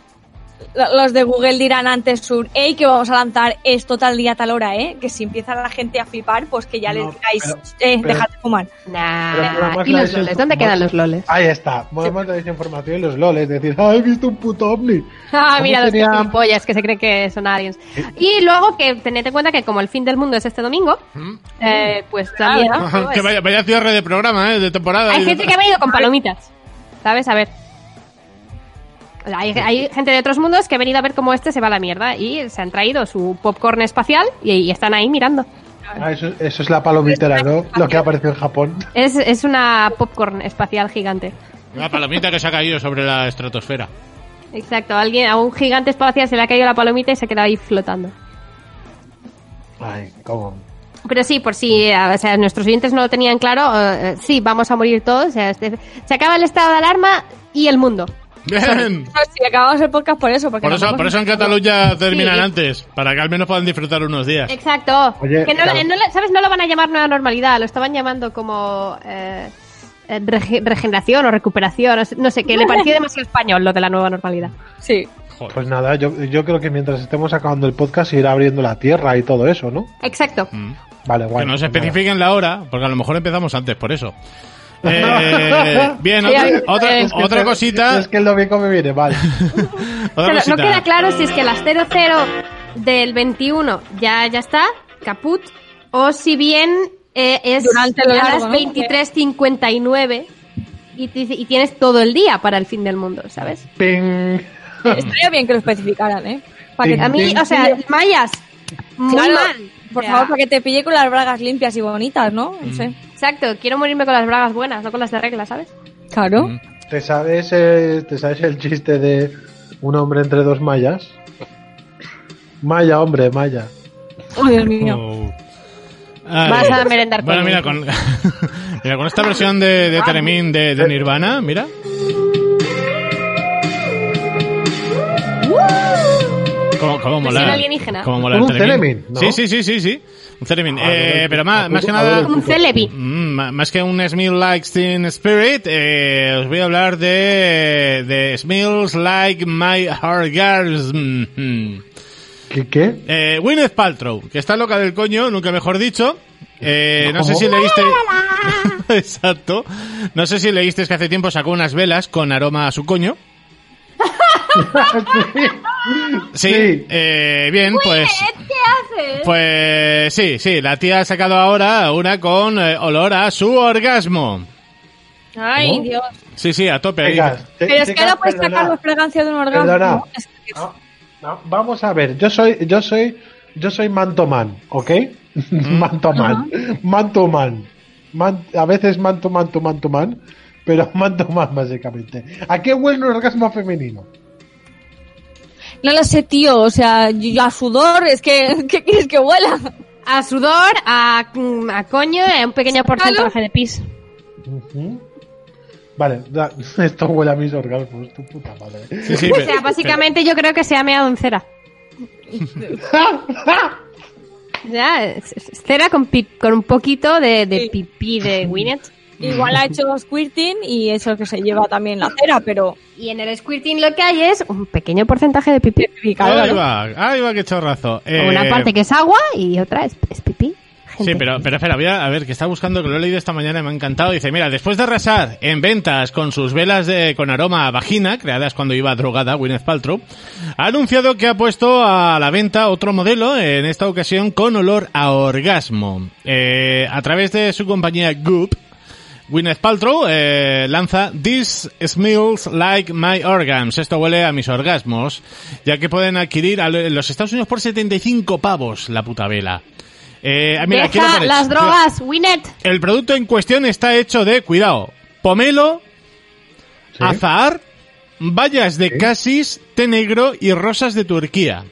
F: los de Google dirán antes un, hey, que vamos a lanzar esto tal día, tal hora, ¿eh? Que si empieza la gente a flipar, pues que ya
D: No,
F: les digáis,
D: pero-
F: eh,
D: pero-
F: dejad de fumar.
D: Pero el programa
E: Nah.
D: es
E: ¿Y
D: la
E: los
D: de
E: loles?
D: esos-
E: ¿Dónde quedan los loles?
D: Ahí está. Podemos la desinformación y los loles. Decir, ah, he visto un puto ovni.
E: Ah,
D: ¿Cómo
E: mira, los
D: sería?
E: gilipollas que se creen que son aliens. Y luego que tened en cuenta que como el fin del mundo es este domingo,
D: Mm.
E: eh, pues también... ¿no?
C: que vaya, vaya cierre de programa, ¿eh? De temporada.
E: Hay
C: Y-
E: gente que ha venido con palomitas. ¿Sabes? A ver. O sea, Hay, hay gente de otros mundos que ha venido a ver cómo este se va a la mierda y se han traído su popcorn espacial y, y están ahí mirando.
D: Ah, eso, eso es la palomitera, ¿no? Lo que apareció en Japón.
E: Es, es una popcorn espacial gigante.
C: Una palomita que se ha caído sobre la estratosfera.
E: Exacto, a alguien, a un gigante espacial se le ha caído la palomita y se ha quedado ahí flotando.
D: Ay, cómo.
E: Pero sí, por si eh, o sea, nuestros oyentes no lo tenían claro, eh, eh, sí, vamos a morir todos. o sea, este- se acaba el estado de alarma y el mundo.
C: Bien.
F: No, si acabamos el podcast por eso, porque
C: Por eso,
F: tampoco-
C: por eso en Cataluña terminan
E: Sí. Eh,
C: antes, para que al menos puedan disfrutar unos días.
E: Exacto.
D: Oye,
E: que no, lo-
D: claro.
E: no lo- ¿Sabes? No lo van a llamar nueva normalidad, lo estaban llamando como eh, eh, rege- regeneración o recuperación, o se- no sé, que le parecía demasiado español lo de la nueva normalidad.
F: Sí.
D: Pues nada, yo, yo creo que mientras estemos acabando el podcast se irá abriendo la tierra y todo eso, ¿no?
E: Exacto.
C: Mm.
D: Vale, guay.
C: que nos
D: pues nada.
C: especifiquen la hora, porque a lo mejor empezamos antes, por eso. Eh, bien,
E: Sí,
C: otra-
E: hay-
C: otra,
E: es
C: otra cosita.
D: Es que el domingo me viene, vale.
C: otra
E: Pero no
C: cosita.
E: queda claro si es que las 00 del 21 ya, ya está, caput, o si bien eh, es
F: Durante lo
E: a
F: largo,
E: las
F: ¿no?
E: 23.59 y, te- y tienes todo el día para el fin del mundo, ¿sabes?
D: Ping.
F: Estaría bien que lo especificaran, ¿eh? Para que
D: Sí.
E: A mí, o sea, mayas, muy
F: Claro,
E: mal.
F: Por
E: O sea,
F: favor, para que te pille con las bragas limpias y bonitas, ¿no? No sé.
E: Exacto, quiero morirme con las bragas buenas, no con las de regla, ¿sabes?
F: Claro.
C: Mm.
D: ¿Te sabes, eh, ¿Te sabes el chiste de un hombre entre dos mayas? Maya, hombre, Maya.
F: Oh, Dios mío.
C: Oh. Ay.
E: Vas a merendar
C: Bueno,
E: con
C: mira,
E: él.
C: con, mira, con esta versión de, de Teremín de, de Nirvana, mira. ¿Cómo, cómo mola?
E: Versión alienígena.
C: ¿Cómo mola el
D: Como un
C: Teremin?
D: Teremin, ¿no?
C: Sí, sí, sí, sí, sí. Un Teremin.
D: Ah,
C: Eh,
D: no, no,
C: pero
D: no,
C: más,
D: no,
C: más que
D: no,
C: nada...
D: no,
E: Como un celebi.
C: Mm, ma- más que un Smell Like Teen Spirit, eh, os voy a hablar de, de Smells Like My Orgasm. Mm.
D: ¿Qué? qué?
C: Eh, Gwyneth Paltrow, que está loca del coño, nunca mejor dicho. Eh, no sé
D: ¿Cómo?
C: si leíste... Exacto. No sé si leíste que hace tiempo sacó unas velas con aroma a su coño. Sí,
D: Sí.
C: eh, bien, pues... ¿Qué haces? Pues sí, sí, la tía ha sacado ahora una con eh, olor a su orgasmo.
F: Ay,
D: ¿Cómo?
F: Dios.
C: Sí, sí, a tope.
D: Chicas, te-
F: Pero es que
D: chicas,
F: ahora puedes sacar
D: perdonad.
F: la fragancia de un orgasmo.
D: Perdona.
F: ¿no? Es que-
D: No, no, vamos a ver, yo soy, yo soy, yo soy mantoman, ¿ok? mantoman, mantoman, Man- a veces manto, manto, mantoman, pero mantoman básicamente. ¿A qué huele un orgasmo femenino?
F: No lo sé, tío. O sea, yo yo a sudor, es que. ¿Qué quieres que huela?
E: A sudor, a, mm, a coño, a un pequeño porcentaje de pis.
D: Ujú. Vale, da- esto huele a mis orgasmos, tu puta madre.
C: Sí, sí,
E: O
C: pe-
E: sea, básicamente yo creo que se ha meado en cera. Ya, es- es cera con, pi- con un poquito de, de
F: Sí.
E: pipí de Winnet.
F: Igual ha hecho squirting y eso que se lleva también la cera, pero.
E: Y en el squirting lo que hay es un pequeño porcentaje de pipí.
C: Ahí va, ahí va, qué chorrazo. Eh,
E: Una parte que es agua y otra es, es pipí. gente.
C: Sí, pero, pero espera, voy a, a ver, que está buscando, que lo he leído esta mañana y me ha encantado. Dice, mira, después de arrasar en ventas con sus velas de, con aroma a vagina, creadas cuando iba drogada Gwyneth Paltrow, ha anunciado que ha puesto a la venta otro modelo, en esta ocasión con olor a orgasmo. Eh, a través de su compañía Goop, Gwyneth Paltrow eh, lanza This Smells Like My Organs. Esto huele a mis orgasmos, ya que pueden adquirir a lo- en los Estados Unidos por 75 pavos la puta vela. Eh, ah, mira, aquí lo
E: Deja
C: pones.
E: las
C: Mira,
E: drogas, Winnet.
C: El producto en cuestión está hecho de, cuidado, pomelo,
D: Sí.
C: azahar, bayas de casis, té negro y rosas de Turquía.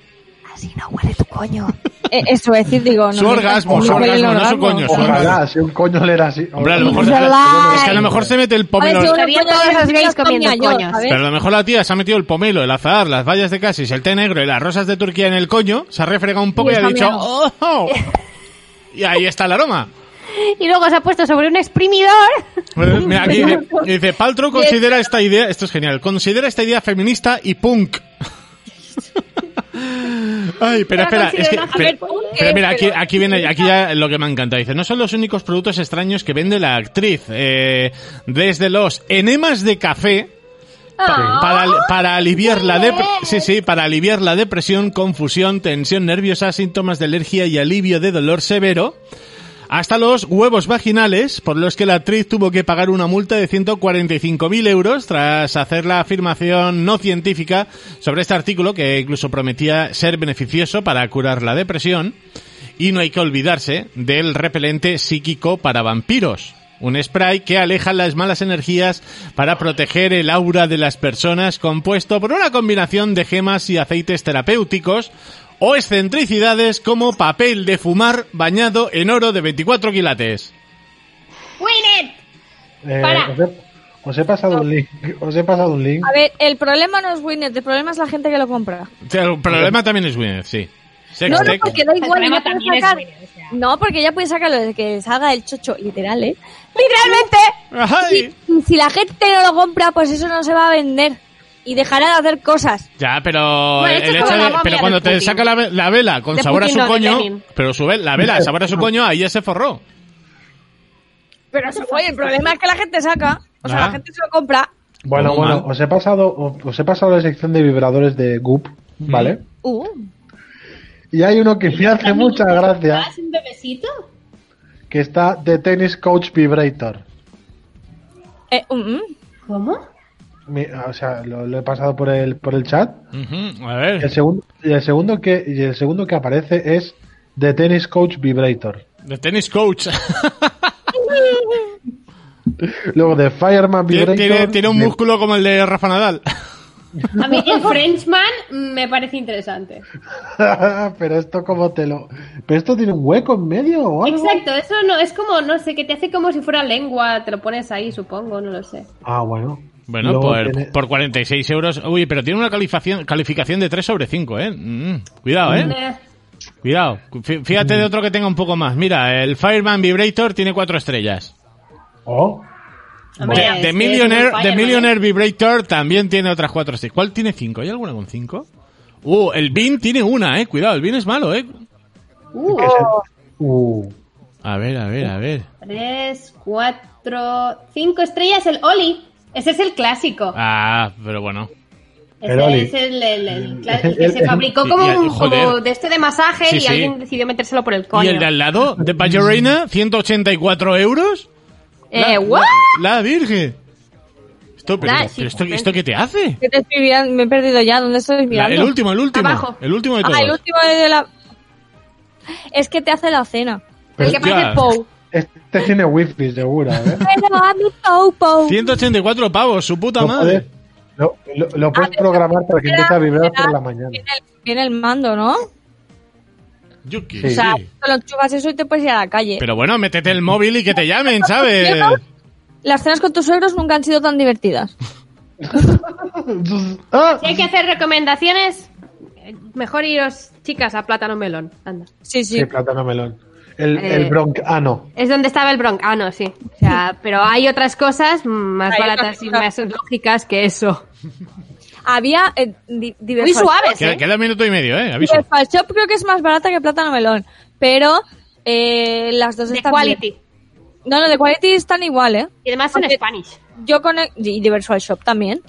E: Así no huele tu coño.
B: Eh, Eso es decir, digo, no.
C: Su
B: no,
C: orgasmo,
B: no
C: su
B: huele el
C: orgasmo, no su
B: orgasmo.
C: coño, su orgasmo.
D: Ojalá, si un coño le era así.
C: Hombre, a lo mejor,
E: It's alive.
C: es que a lo mejor se mete el
F: A ver,
C: pomelo.
F: si uno
E: Estarían
F: pone
E: todos los
F: las
E: gays
F: gays
E: comiendo
F: comía yo,
E: coños.
F: ¿sabes?
C: Pero a lo mejor la tía se ha metido el pomelo, el azahar, las vallas de casis, el té negro y las rosas de Turquía en el coño, se ha refregado un poco y,
F: Y
C: ha
F: está
C: dicho,
F: mirando.
C: ¡Oh! oh". Y ahí está el aroma.
E: Y luego se ha puesto sobre un exprimidor.
C: Pues, Mira, aquí dice, dice, Paltrow considera esta idea, esto es genial, considera esta idea feminista y punk. Ay, pero
E: Pero
C: espera, es que,
E: considera- a
C: pero,
E: ver,
C: pero
E: eh,
C: mira, aquí, aquí viene, aquí ya lo que me encanta. Dice, no son los únicos productos extraños que vende la actriz. Eh, desde los enemas de café,
E: Ah.
C: pa- para, para aliviar la dep- sí, sí, para aliviar la depresión, confusión, tensión nerviosa, síntomas de alergia y alivio de dolor severo, hasta los huevos vaginales, por los que la actriz tuvo que pagar una multa de 145.000 euros tras hacer la afirmación no científica sobre este artículo que incluso prometía ser beneficioso para curar la depresión. Y no hay que olvidarse del repelente psíquico para vampiros. Un spray que aleja las malas energías para proteger el aura de las personas compuesto por una combinación de gemas y aceites terapéuticos o excentricidades como papel de fumar bañado en oro de 24 quilates.
E: Winnet.
D: Eh,
E: Para.
D: os, he, os he pasado un link. Os he pasado un link.
F: A ver, el problema no es Winnet, el problema es la gente que lo compra.
C: O sea, el problema también es Gwyneth, sí. Sex
F: No, no,
C: tech.
F: porque da igual.
E: problema
F: ya puedes
E: también es
F: sacar-
E: Winnet, o sea.
F: No, porque ya puedes sacarlo desde que salga del chocho, literal, ¿eh?
E: Literalmente.
C: Ay.
F: Y si la gente no lo compra, pues eso no se va a vender. Y dejará de hacer cosas.
C: Ya, pero
E: Bueno,
C: el
E: esto es
C: hecho
E: como la
C: de-
E: momia
C: pero
E: de
C: cuando te
E: Putin.
C: saca la, ve- la vela con
E: De
C: sabor
E: Putin,
C: a su
E: no, de
C: coño,
E: Lenin.
C: pero su ve- la vela, sabor a su coño, ahí ya se forró.
F: Pero oye, el problema es que la gente saca. O sea,
C: Ah.
F: la gente se lo compra.
D: Bueno,
C: Como
D: bueno,
C: mal.
D: os he pasado, os, os he pasado la sección de vibradores de Goop,
C: Mm.
D: ¿vale?
F: Uh.
D: Y hay uno que me hace mucha gracia,
G: ¿Más un bebecito?
D: que está The Tennis Coach Vibrator.
F: Eh, mm, mm.
G: ¿Cómo?
D: Mi- ah, o sea, lo, lo he pasado por el, por el chat.
C: Ujú, A
D: Y El
C: ver,
D: segundo, y el segundo que, y el segundo que aparece es The Tennis Coach Vibrator.
C: de tenis coach.
D: Luego The Fireman
C: tiene,
D: Vibrator.
C: tiene- tiene un
D: de-
C: músculo como el de Rafa Nadal.
G: A mí el Frenchman me parece interesante.
D: pero esto como te lo. Pero esto tiene un hueco en medio o algo.
G: Exacto, eso no, es como, no sé, que te hace como si fuera lengua, te lo pones ahí, supongo, no lo sé.
D: Ah, bueno.
C: Bueno,
D: Luego
C: por,
D: tiene-
C: por 46 euros. Uy, pero tiene una calificación, calificación de 3 sobre 5, ¿eh? Mm, cuidado, ¿eh?
G: Eh,
C: Cuidado. Fí- Fíjate de otro que tenga un poco más. Mira, el Fireman Vibrator tiene 4 estrellas.
D: Oh,
G: hombre,
C: The,
G: es
C: The
G: que
C: Millionaire,
G: es ¿eh? un
C: The
G: Fireman.
C: Millionaire Vibrator también tiene otras 4 estrellas. ¿Cuál tiene 5? ¿Hay alguna con 5? Uh, el Bean tiene una, ¿eh? Cuidado, el Bean es malo, ¿eh?
G: Uh,
D: uh,
C: A ver, a ver, a ver.
G: tres, cuatro, cinco estrellas, el Oli. Ese es el clásico.
C: Ah, pero bueno.
G: Ese
D: El Oli.
G: es el, el- el cla- el que
D: El-
G: se fabricó
C: y-
G: como,
C: y-
G: un-
C: joder.
G: como de este de masaje
C: Sí,
G: y
C: sí.
G: alguien decidió metérselo por el coño.
C: ¿Y el de al lado? ¿De Bajorina? ¿184 euros?
E: Eh,
C: La-
E: ¿what?
C: La, la Virgen. Esto, pero,
E: Nah,
C: pero
E: sí,
C: esto, ¿esto qué te hace?
B: ¿Qué te estoy mirando? Me he perdido ya. ¿Dónde estoy
C: La-
B: mirando?
C: el último, el último.
G: Abajo.
C: El último de todos.
B: Ah, el último de la... Es que te hace la cena.
G: El que
C: Hostia.
G: parece Pou.
D: este tiene wifi seguro, ¿eh?
F: Pero a mi Pou Pou.
C: 184 pavos, su puta
D: Lo
C: madre.
D: puedes, lo, lo-
G: Ah,
D: lo puedes programar para que empiece a vibrar por la mañana.
F: Viene el, viene el mando, ¿no?
C: Yo qué
D: Sí.
F: O sea,
C: sé.
F: te lo enchufas eso y te puedes ir a la calle.
C: Pero bueno, métete el móvil y que te llamen, ¿sabes?
F: Las cenas con tus suegros nunca han sido tan divertidas.
D: ¡Ah!
G: Si hay que hacer recomendaciones, eh, mejor iros, chicas, a Plátano Melón. Anda.
F: Sí, sí.
D: Sí, plátano melón. El,
G: Eh.
D: el bronc. Ah, no.
G: Es donde estaba el Bronx. Ah, no, sí. O sea, pero hay otras cosas más
F: Hay
G: baratas
F: otras
G: y más
F: cosas.
G: lógicas que eso.
F: Había eh, di-
G: Muy
F: diversos-
G: suaves,
C: Queda,
G: ¿eh?
C: queda minuto y medio, ¿eh? Aviso.
F: Diverfal Shop creo que es más barata que plátano melón. Pero Eh, las dos
E: De
F: están
E: quality.
F: bien. No, no, de quality están igual, ¿eh?
E: Y además en
F: Porque-
E: Spanish.
F: Yo con el- y de Virtual Shop también.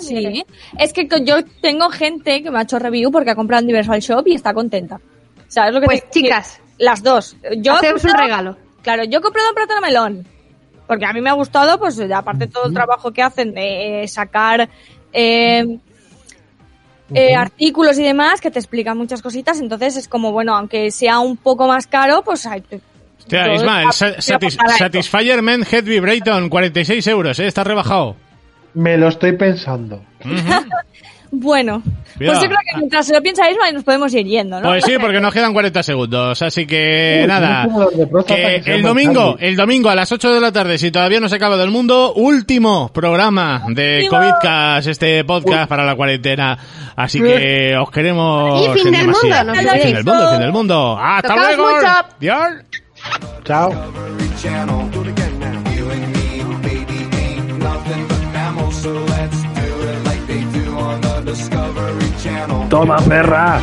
F: Sí. Es que co- yo tengo gente que me ha hecho review porque ha comprado en Universal Shop y está contenta. ¿Sabes lo que
E: Pues,
F: te-
E: chicas,
F: que- Las dos. Yo he
E: haceos un
F: comprado-
E: regalo.
F: Claro, yo he comprado un plátano melón. Porque a mí me ha gustado, pues aparte todo el trabajo que hacen de eh, sacar eh, eh, artículos y demás que te explican muchas cositas. Entonces es como, bueno, aunque sea un poco más caro, pues hay.
C: O sea, Ismael, sa- satis- Satisfyer Men Head Vibraton, 46 euros, ¿eh? Está rebajado.
D: Me lo estoy pensando.
F: Bueno,
C: Cuidado.
F: pues yo creo que mientras se lo piensa Isma nos podemos ir yendo, ¿no?
C: Pues sí, porque nos quedan 40 segundos, así que
D: Uy,
C: nada.
D: tengo un dolor de próstata
C: que
D: que se
C: el
D: llama
C: domingo,
D: Charlie.
C: el domingo a las 8 de la tarde, si todavía no se acaba del mundo, último programa de
F: Último.
C: Covidcast, este podcast para la cuarentena. Así que os queremos.
G: Y fin
C: en
G: del mundo,
C: demasía.
G: no
C: Y
G: olvidéis.
C: Fin del mundo, fin del mundo. Hasta
E: Tocaos
C: luego.
E: mucho.
C: Dior.
D: Chao.
A: You and me, baby, ain't nothing but mammals, so let's do it like they do on the Discovery Channel.
D: Toma, perra.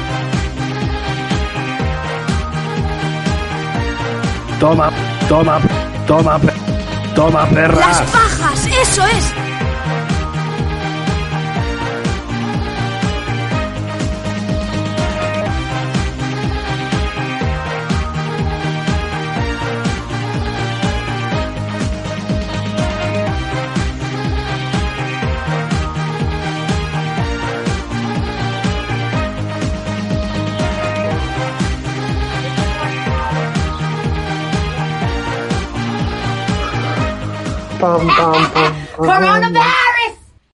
D: Toma, toma, toma, pe- toma, perra.
H: Las pajas, eso es.
D: Pam, pam, pam, pam.
G: Coronavirus!